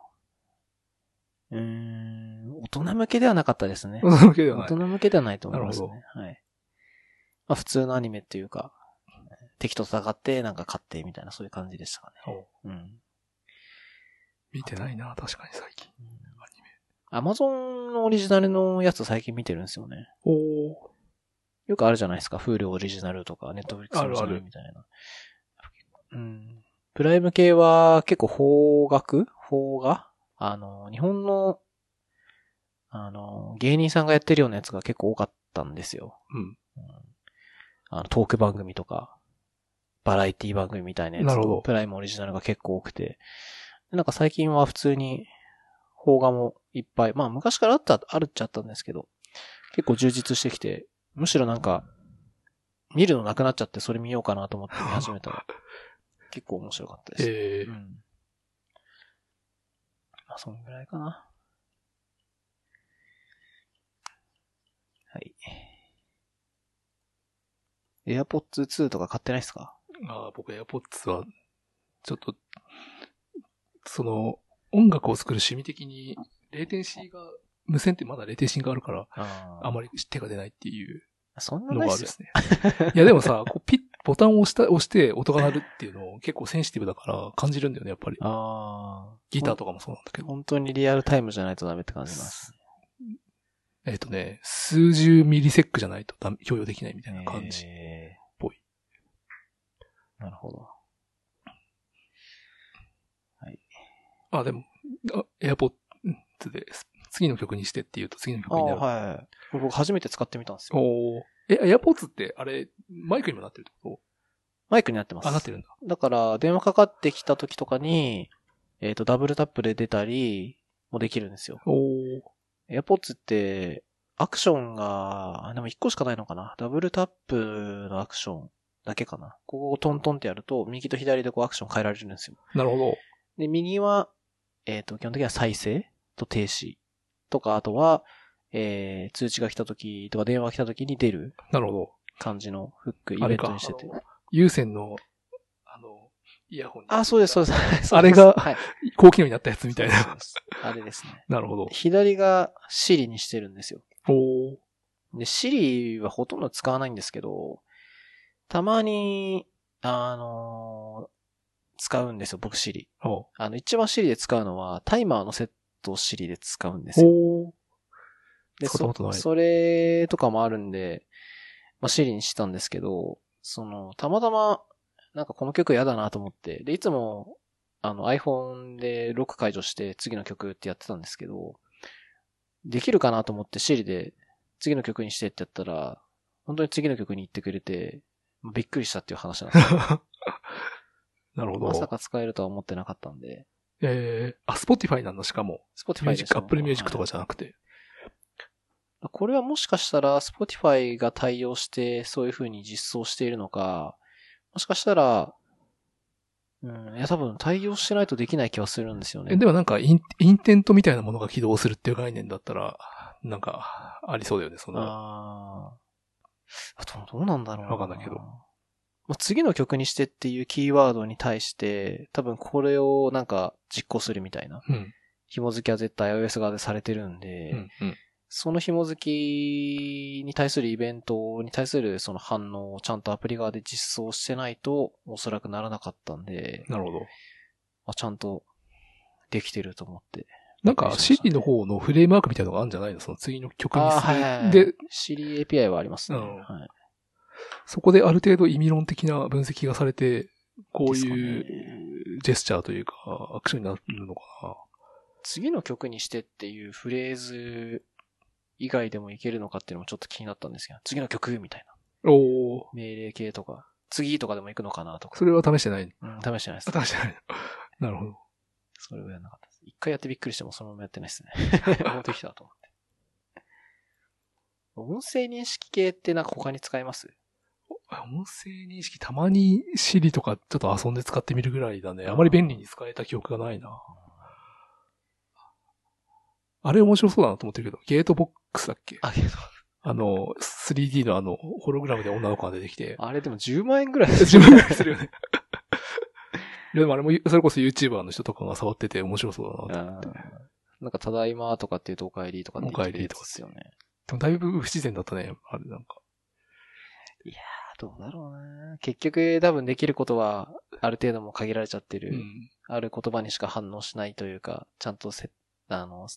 A: う。うーん、大人向けではなかったですね。
B: 大人向けではな
A: 大
B: い
A: 人。向けではないと思います
B: な
A: ね。はい。まあ普通のアニメっていうか、敵と戦って、なんか勝って、みたいなそういう感じでしたかね。うん。
B: 見てないな、確かに最近。
A: アマゾンのオリジナルのやつ最近見てるんですよね。
B: おお
A: よくあるじゃないですか。フールオリジナルとか、ネットフリックスオリジナ
B: あるあ
A: ル
B: る
A: みたいな。うん。プライム系は結構邦楽邦画あの、日本の、あの、芸人さんがやってるようなやつが結構多かったんですよ。
B: うん。
A: あの、トーク番組とか、バラエティ番組みたいなやつ
B: なるほど
A: プライムオリジナルが結構多くて、でなんか最近は普通に、邦画もいっぱい、まあ昔からあった、あるっちゃあったんですけど、結構充実してきて、むしろなんか、見るのなくなっちゃってそれ見ようかなと思って見始めたら、結構面白かったです。
B: え
A: う
B: ー、
A: ん。まあそんぐらいかな。はい。AirPods 2とか買ってないっすか
B: あー僕、AirPods は、ちょっと、その、音楽を作る趣味的に、レーテンシーが、無線ってまだレーテンシーがあるから、
A: あ
B: あまり手が出ないっていう
A: そんな
B: の
A: ない
B: が
A: っ
B: ある
A: す
B: で
A: よ。
B: すね。いや、でもさ、こうピッ、ボタンを押した、押して音が鳴るっていうのを結構センシティブだから感じるんだよね、やっぱり。
A: ああ。
B: ギターとかもそうなんだけど。
A: 本当にリアルタイムじゃないとダメって感じなんです
B: えっ、とね、数十ミリセックじゃないとダメ許容できないみたい
A: ね。
B: な感じ。
A: えー
B: ぽい。
A: なるほど。
B: あ、でも、あエアポッツです。次の曲にしてって言うと次の曲
A: あ
B: にな
A: あ、
B: る。
A: はい。これ僕初めて使ってみたんですよ。
B: おーえ、エアポッツって、あれ、マイクにもなってるってこ
A: マイクになってます。
B: とあ、なってるんだ。
A: だから、電話かかってきた時とかに、えっ、と、ダブルタップで出たりもできるんですよ。
B: おー
A: AirPods って、アクションが、あでも1個しかないのかな。ダブルタップのアクションだけかな。ここをトントンってやると、右と左でこうアクション変えられるんですよ。
B: なるほど。
A: で、右は、えっ、と、基本的には再生と停止とか、あとは、えー、通知が来た時とか電話が来た時に出る
B: なるほど。
A: 感じのフック、イ
B: あ
A: ベ
B: れ
A: ント
B: か
A: にしてて。。
B: あの有線の、あの、イヤホンに
A: あ、そうです、そうです。
B: あれが
A: はい、
B: 高機能になったや つみたい
A: そう
B: な。
A: ですそうですあれですね。
B: なるほど。
A: 左が Siri にしてるんですよ。
B: おー
A: で、Siri はほとんど使わないんですけど、たまに、あのー使うんですよ、僕 Siri。
B: お
A: あの、一番 Siri で使うのは、タイマーのセットを Siri で使うんですよ。
B: おー
A: で、
B: 使ったこと
A: そ
B: ない
A: それとかもあるんで、まあ、Siri にしたんですけど、その、たまたま、なんかこの曲嫌だなと思って、で、いつも、あの iPhone でロック解除して次の曲ってやってたんですけど、できるかなと思って Siri で次の曲にしてってやったら、本当に次の曲に行ってくれて、びっくりしたっていう話 なんですよ。
B: なるほど。
A: まさか使えるとは思ってなかったんで、
B: えー、あ、Spotify なんだ、しかも。
A: Spotify
B: ミュー
A: で
B: ジッ
A: す
B: ク、
A: もん
B: Apple Music とかじゃなくて。
A: これはもしかしたら Spotify が対応してそういう風に実装しているのか、もしかしたら、うん、いや多分対応してないとできない気はするんですよ
B: え
A: ね。
B: でもなんかイン、インテントみたいなものが起動するっていう概念だったら、なんか、ありそうだよね、その。
A: あーあどうどうなんだろうな。
B: わかんないけど
A: まあ次の曲にしてっていうキーワードに対して、多分これをなんか実行するみたいな。
B: うん。
A: 紐付きは絶対 iOS 側でされてるんで、
B: うん。うん。
A: その紐付きに対するイベントに対するその反応をちゃんとアプリ側で実装してないとおそらくならなかったんで、
B: なるほど。
A: あちゃんとできてると思って。
B: なんか、CD の方のフレームワークみたいなのがあるんじゃないのその次の曲にする。
A: で
B: で、、
A: Siri API はありますね。
B: うん
A: はい、
B: そこである程度意味論的な分析がされて、こう
A: で
B: いうジェスチャーというか、アクションになるのか
A: 次の曲にしてっていうフレーズ以外でもいけるのかっていうのもちょっと気になったんですけど、次の曲みたいな。
B: な。おー
A: 命令系とか、次とかでもいくのかなとか。
B: それは試してない。
A: うん、試してないです。
B: 試してない。 なるほど。
A: それはやらなかったです。一回やってびっくりしてもそのままやってない ですね。もうできたと思って。音声認識系ってなんか他に使えます
B: 音声認識たまに Siri とかちょっと遊んで使ってみるぐらいだね。あまり便利に使えた記憶がないな。あれ面白そうだなと思ってるけど、ゲートボックスだっけ
A: あ、けど、
B: あの、3D のあの、ホログラムで女の子が出てきて、
A: あれでも10万円ぐら い
B: 自分がするよね。いやでもあれも、それこそ YouTuber の人とかが触ってて面白そうだなと思って
A: なんか、ただいまとかって言うとお帰りとかって言ってくれるやつですよね。
B: でもだいぶ不自然だったね、あれなんか。
A: あどうだろうな。結局、多分できることは、ある程度も限られちゃってる、
B: うん。
A: ある言葉にしか反応しないというか、ちゃんとせ、あの、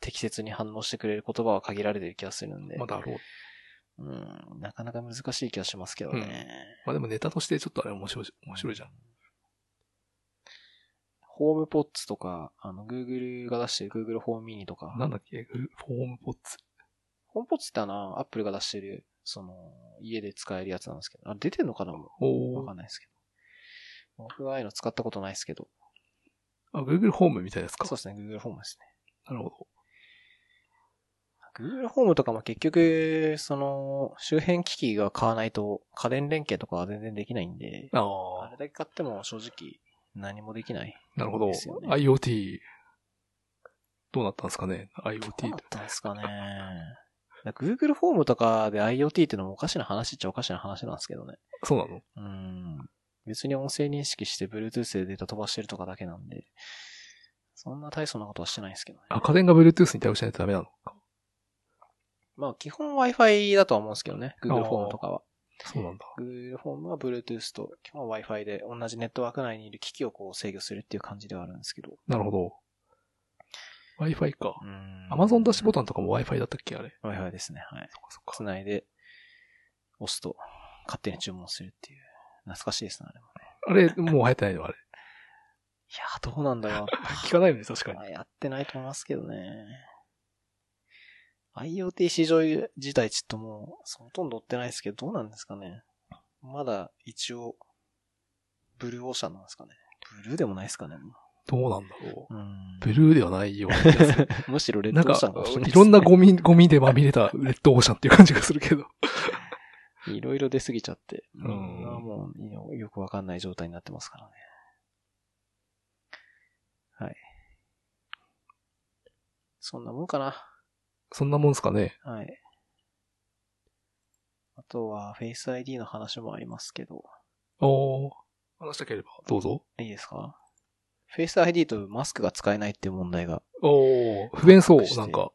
A: 適切に反応してくれる言葉は限られてる気がするんで。
B: まあだろう。
A: うん、なかなか難しい気がしますけどね。
B: まあでもネタとしてちょっとあれ面白い、面白いじゃん。
A: ホームポッツとか、あの、Google が出してる Google ホームミニとか、
B: なんだっけフォームポッツ。
A: ホームポッツってあの、Apple が出してる、その、家で使えるやつなんですけど、あ、出てんのかな
B: お
A: わ
B: ー
A: かんないですけど。僕はああいうの使ったことないですけど。
B: あ、Google ホームみたいなやつか。
A: そうですね、Google ホームですね。
B: なるほど。
A: Google ホームとかも結局、その、周辺機器が買わないと、家電連携とかは全然できないんで、あ
B: あ
A: れだけ買っても正直、何もできない。
B: あ、なるほど。
A: ですよね
B: IoT。どうなったんですかね ?IoT
A: どうだ
B: と
A: っ。たんですかね。だから Google ホームとかで IoT ってのもおかしな話っちゃおかしな話なんですけどね。
B: そうなの
A: うん。別に音声認識して Bluetooth でデータ飛ばしてるとかだけなんで、そんな大層なことはしてないんですけどね。
B: あ、家電が Bluetooth に対応しないとダメなのか。
A: まあ基本 Wi-Fi だとは思うんですけどね。Google ホームとかは。
B: そうなんだ。
A: Google ホームは Bluetooth と基本 Wi-Fi で同じネットワーク内にいる機器をこう制御するっていう感じではあるんですけど。
B: なるほど。Wi-Fi か。
A: うん。
B: Amazon ダッシュボタンとかも Wi-Fi だったっけあれ。
A: Wi-Fi ですね。はい。
B: そっかそっか。
A: つないで、押すと勝手に注文するっていう。懐かしいですね、あれもね。
B: あれ、もう流行ってない のあれ。
A: いやー、どうなんだろう。
B: 聞かないよね、確かに。
A: やってないと思いますけどね。IoT 市場自体ちょっともう、ほとんど追ってないですけど、どうなんですかね。まだ一応、ブルーオーシャンなんですかね。ブルーでもないですかね。
B: どうなんだろ
A: う
B: う。ブ
A: ん、
B: ルーではないような気がする。
A: むしろレ
B: な
A: ッ
B: ん
A: ドオ
B: か
A: ーシャンが欲し、
B: いろんな
A: ゴ
B: ゴミ、ゴミでまみれたレッドオーシャンっていう感じがするけど。
A: ミ。いろいろ出すぎちゃって。
B: ん
A: もうよ、よくわかんない状態になってますからね。はい。そんなもんかな。
B: そんなもんすかね。
A: はい。あとは、フェイス ID の話もありますけど、
B: おー。話したければ、どうぞ。
A: いいですかフェイス ID とマスクが使えないっていう問題が。
B: おー。不便そう
A: 隠し、て
B: なんか。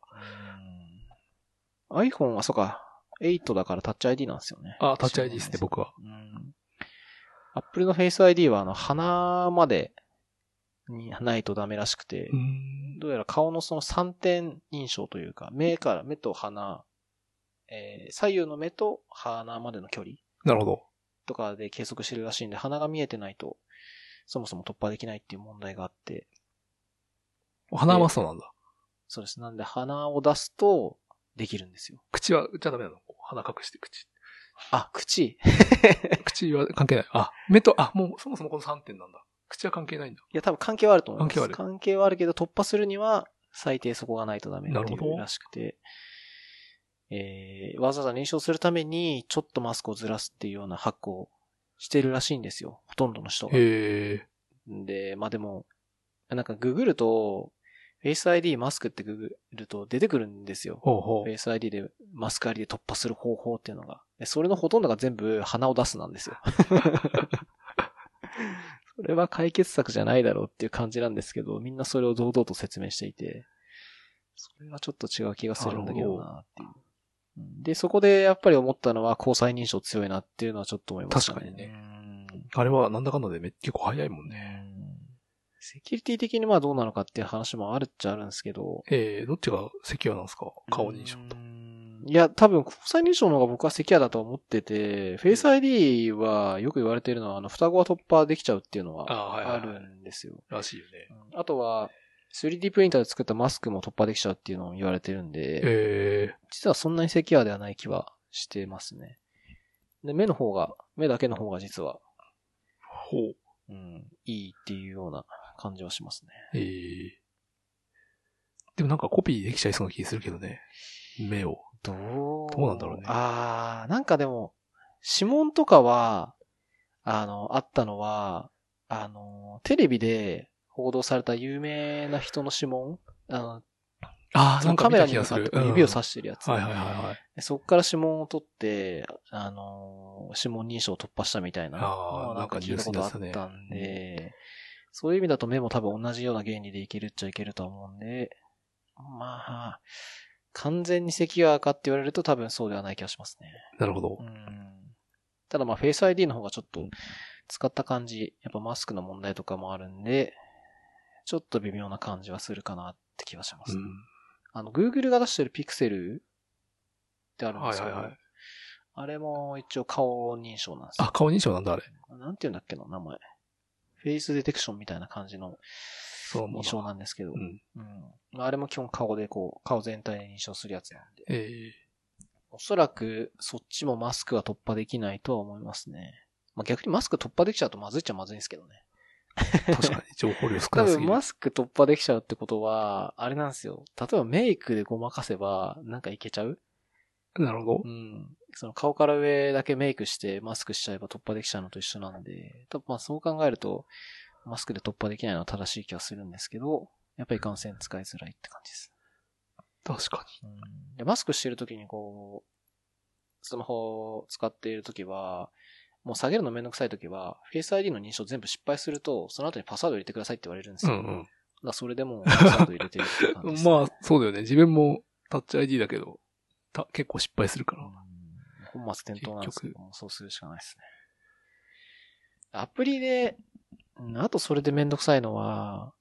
A: うーん iPhone は、そうか、8だからタッチ ID なんですよね。
B: あ、タッチ ID ですね、
A: そう
B: 僕は。
A: なんです。うん。Apple のフェイス ID は、あの、鼻までにないとダメらしくて、
B: うーん。
A: どうやら顔のその3点印象というか、目から、目と鼻、えー左右の目と鼻までの距離
B: なるほど。
A: とかで計測してるらしいんで、鼻が見えてないと、そもそも突破できないっていう問題があって、
B: 鼻はそうなんだ。
A: そうです。なんで鼻を出すと、できるんですよ。
B: 口は、じゃあダメなの鼻隠して口。
A: あ、口。い
B: 口は関係ない。あ、目と、あ、もうそもそもこの3点なんだ。口は関係ないんだ。
A: や、多分関係はあると思います。
B: 関係はある
A: 関係はあるけど、突破するには、最低そこがないとダメって
B: なるほ
A: い
B: ど
A: うらしくて、えー、わざわざ認証するために、ちょっとマスクをずらすっていうようなハックをしてるらしいんですよ。ほとんどの人が。
B: へえ。
A: で、まあでも、なんかググると、Face ID マスクってググると出てくるんですよ。
B: ほうほ
A: フ
B: う
A: ェ。イス ID でマスクありで突破する方法っていうのが。でそれのほとんどが全部鼻を出すなんです よ。それは解決策じゃないだろうっていう感じなんですけど、みんなそれを堂々と説明していて、それはちょっと違う気がするんだけどなっていう。うんで、そこでやっぱり思ったのは交際認証強いなっていうのはちょっと思いましたね。
B: 確かにね
A: うん。
B: あれはなんだかんだでめ結構早いもんね。
A: うんセキュリティ的にまあどうなのかっていう話もあるっちゃあるんですけど、
B: えー、どっちがセキュアなんですか顔認証と
A: う。んいや、多分、交際認証の方が僕はセキュアだと思ってて、フェイス ID はよく言われているのは、あの、双子は突破できちゃうっていうのは
B: あー、はい
A: あ
B: はいは
A: る
B: い。
A: んですよ。
B: らしいよね。
A: うんあとは、3D プリンターで作ったマスクも突破できちゃうっていうのを言われてるんで、
B: え
A: 実はそんなにセキュアではない気はしてますね。で、目の方が、目だけの方が実は、
B: ー、ほう。
A: うん、いいっていうような感じはしますね。
B: えー。でもなんかコピーできちゃいそうな気するけどね。目を。
A: どう
B: どうなんだろうね
A: ああ、なんかでも、指紋とかは、あの、あったのは、あの、テレビで報道された有名な人の指紋あの、
B: ああ、
A: そ
B: な
A: の
B: んか
A: カ
B: 見
A: メ
B: た
A: ラ
B: 気
A: に向
B: がす
A: かっ
B: る
A: て。指を
B: さ
A: 指してるやつ。
B: はいはいはいはい。
A: でそこから指紋を取って、あのー、指紋認証を突破したみたいな。
B: あー
A: ま
B: なんか
A: 聞いたことあったん
B: ニュ
A: で
B: ースになってた、
A: そういう意味だと目も多分同じような原理でいけるっちゃいけると思うんで、まあ、完全に咳がかって言われると多分そうではない気がしますね。
B: なるほど
A: う。ん。ただまあ、フェイス ID の方がちょっと使った感じ、やっぱマスクの問題とかもあるんで、ちょっと微妙な感じはするかなって気はしま
B: う
A: す。
B: ん。
A: あの、Google が出してるピクセルってあるんで
B: はい
A: す
B: は
A: け
B: い
A: ど、
B: はい。
A: あれも一応顔認証なんです
B: あ、
A: よ。
B: 顔認証なんだ、あれ。
A: なんて言うんだっけな、名前。フェイスデテクションみたいな感じの
B: そうも
A: 認証なんですけど、
B: う。
A: うんんあれも基本顔でこう、顔全体で認証するやつなんで、
B: え
A: おそらくそっちもマスクは突破できないとは思いますね。まあ、逆にマスク突破できちゃうとまずいっちゃまずいんですけどね。
B: え確かに情報量少
A: 多
B: なす
A: 分
B: ぎる。
A: マスク突破できちゃうってことは、あれなんですよ。例えばメイクでごまかせば、なんかいけちゃう
B: なるほど
A: う。ん。その顔から上だけメイクしてマスクしちゃえば突破できちゃうのと一緒なんで、多分まあそう考えると、マスクで突破できないのは正しい気がするんですけど、やっぱりいかんせん使いづらいって感じです。
B: 確か
A: うん、でマスクしてる時にこう、スマホを使っている時は、もう下げるのめんどくさい時は、フェイス ID の認証全部失敗にすると、その後にパスワード入れてくださいって言われるんです
B: に。う
A: よ。
B: ん
A: だ
B: うん。
A: からそれでもうパスワード入れてるって感じです、
B: まあ、そうだよね。自分もタッチ ID だけど、た結構失敗するか
A: う
B: ら
A: ん。本末転倒なんですけ
B: 結
A: ど、もうそうするしかないですね。アプリで、うんあとそれでめんどくさいのは、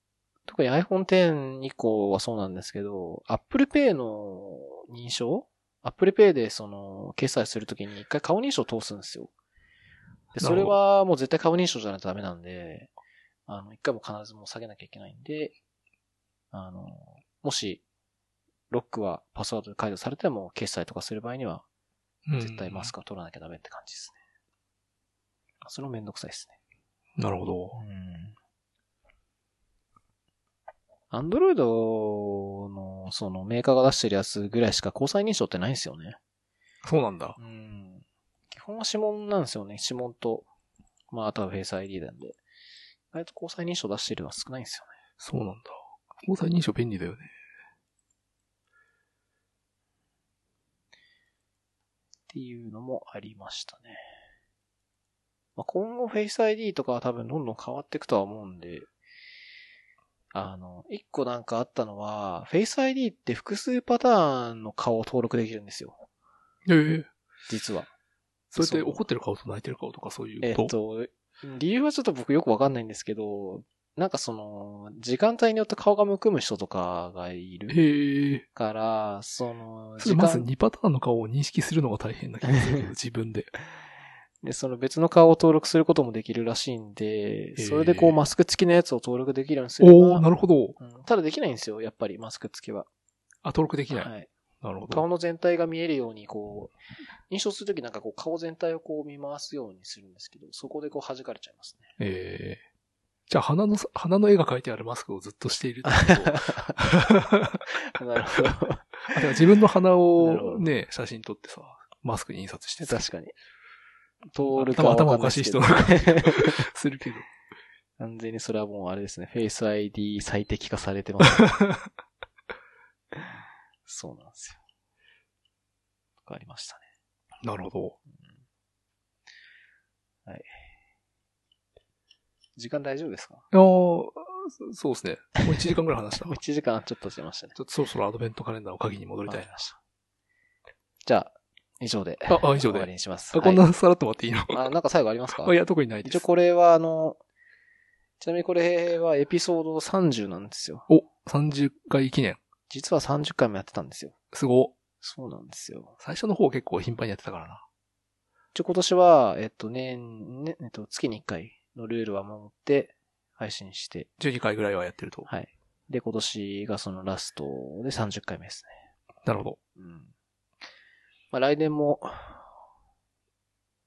A: 特に iPhone X 以降はそうなんですけど、Apple Pay の認証 ?Apple Pay でその、決済するときに一回顔認証通すんですよ。で、
B: な
A: そ
B: る
A: れ
B: ほど
A: はもう絶対顔認証じゃないとダメなんで、あの、一回も必ずもう下げなきゃいけないんで、あの、もし、ロックはパスワードで解除されても、決済とかする場合には、
B: うん
A: 絶対マスクは取らなきゃダメって感じですね。それもめんどくさいです
B: なるほど。
A: ね。うん。アンドロイドの、そのメーカーが出してるやつぐらいしか交際認証ってないんですよね。
B: そうなんだ。
A: うん。基本は指紋なんですよね。指紋と、まあ、あとはフェイス ID なんで。意外と交際認証出してるのは少ないんですよね。
B: そうなんだ。交際認証便利だよね。
A: っていうのもありましたね。まあ、今後フェイス ID とかは多分どんどん変わっていくとは思うんで、あの、一個なんかあったのは、フェイス ID って複数パターンの顔を登録できるんですよ。
B: ええ
A: 実は。
B: それって
A: そう
B: 怒ってる顔と泣いてる顔とかそうい
A: え
B: う
A: っ
B: こと。
A: と、理由はちょっと僕よくわかんないんですけど、なんかその、時間帯によって顔がむくむ人とかがいる
B: へえ。
A: から、その、
B: それまず2パターンの顔を認識するのが大変な気がするけ ど、自分で。
A: で、その別の顔を登録することもできるらしいんで、
B: ー
A: それでこうマスク付きのやつを登録できるようにすれば、
B: おおなるほど。
A: うんただできないんですよ、やっぱりマスク付きは。
B: あ、登録できない。
A: はい。
B: なるほ
A: 顔
B: ど。
A: の全体が見えるように、こう、認証するときなんかこう顔全体をこう見回すようにするんですけど、そこでこう弾かれちゃいますね。
B: ええじゃあ、鼻の、鼻の絵が描いてあるマスクをずっとしているって こと
A: なるほど。
B: あだから自分の鼻
A: なるほ
B: を
A: ど
B: ね、写真撮ってさ、マスクに印刷してさ、
A: 確か に。通るか
B: 頭
A: は
B: 頭
A: わんな
B: おか
A: で
B: しい
A: すけ
B: 人
A: ど
B: のするけど。
A: 完全にそれはもうあれですね、フェイス ID 最適化されてます、 ね。そうなんですよ。とかありましたね。
B: なるほど。
A: 時間大丈夫ですか
B: ああ、そそうですね。 もう1時間ぐらい話した。
A: もう1時間ちょっとしましたね。
B: ちょっとそろそろアドベントカレンダーの鍵に戻り
A: わ
B: た
A: か
B: い
A: り
B: な。
A: ました。じゃあ、以上で。
B: あ、あ以上
A: 終わ
B: で
A: り。にします。
B: あ、こんなさらっと待っていいの、
A: はいあ、なんか最後ありますか
B: あいや、特にないで
A: 一応
B: す。
A: これはあの、ちなみにこれはエピソード30なんですよ。
B: お、30回記念。
A: 実は30回もやってたんですよ。
B: すご。
A: そうなんですよ。
B: 最初の方結構頻繁にやってたからな。
A: 一応今年は、えっと年、ね、えっと、月に1回のルールは守って配信して、
B: 12回ぐらいはやってると。
A: はい。で、今年がそのラストで30回目です
B: なるほど。
A: ね。うん。まあ来年も、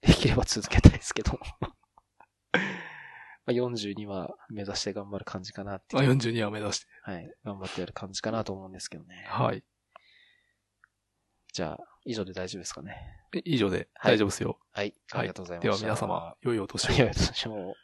A: できれば続けたいですけども。まあ42は目指して頑張る感じかなって
B: あ、
A: いう。
B: 42は目指して。
A: はい。頑張ってやる感じかなと思うんですけどね。
B: はい。
A: じゃあ、以上で大丈夫ですかね。
B: え以上で
A: はい
B: 大丈夫ですよ。
A: はい。ありがとうございま
B: では
A: した。
B: 皆様、良いお年を。
A: いや。私も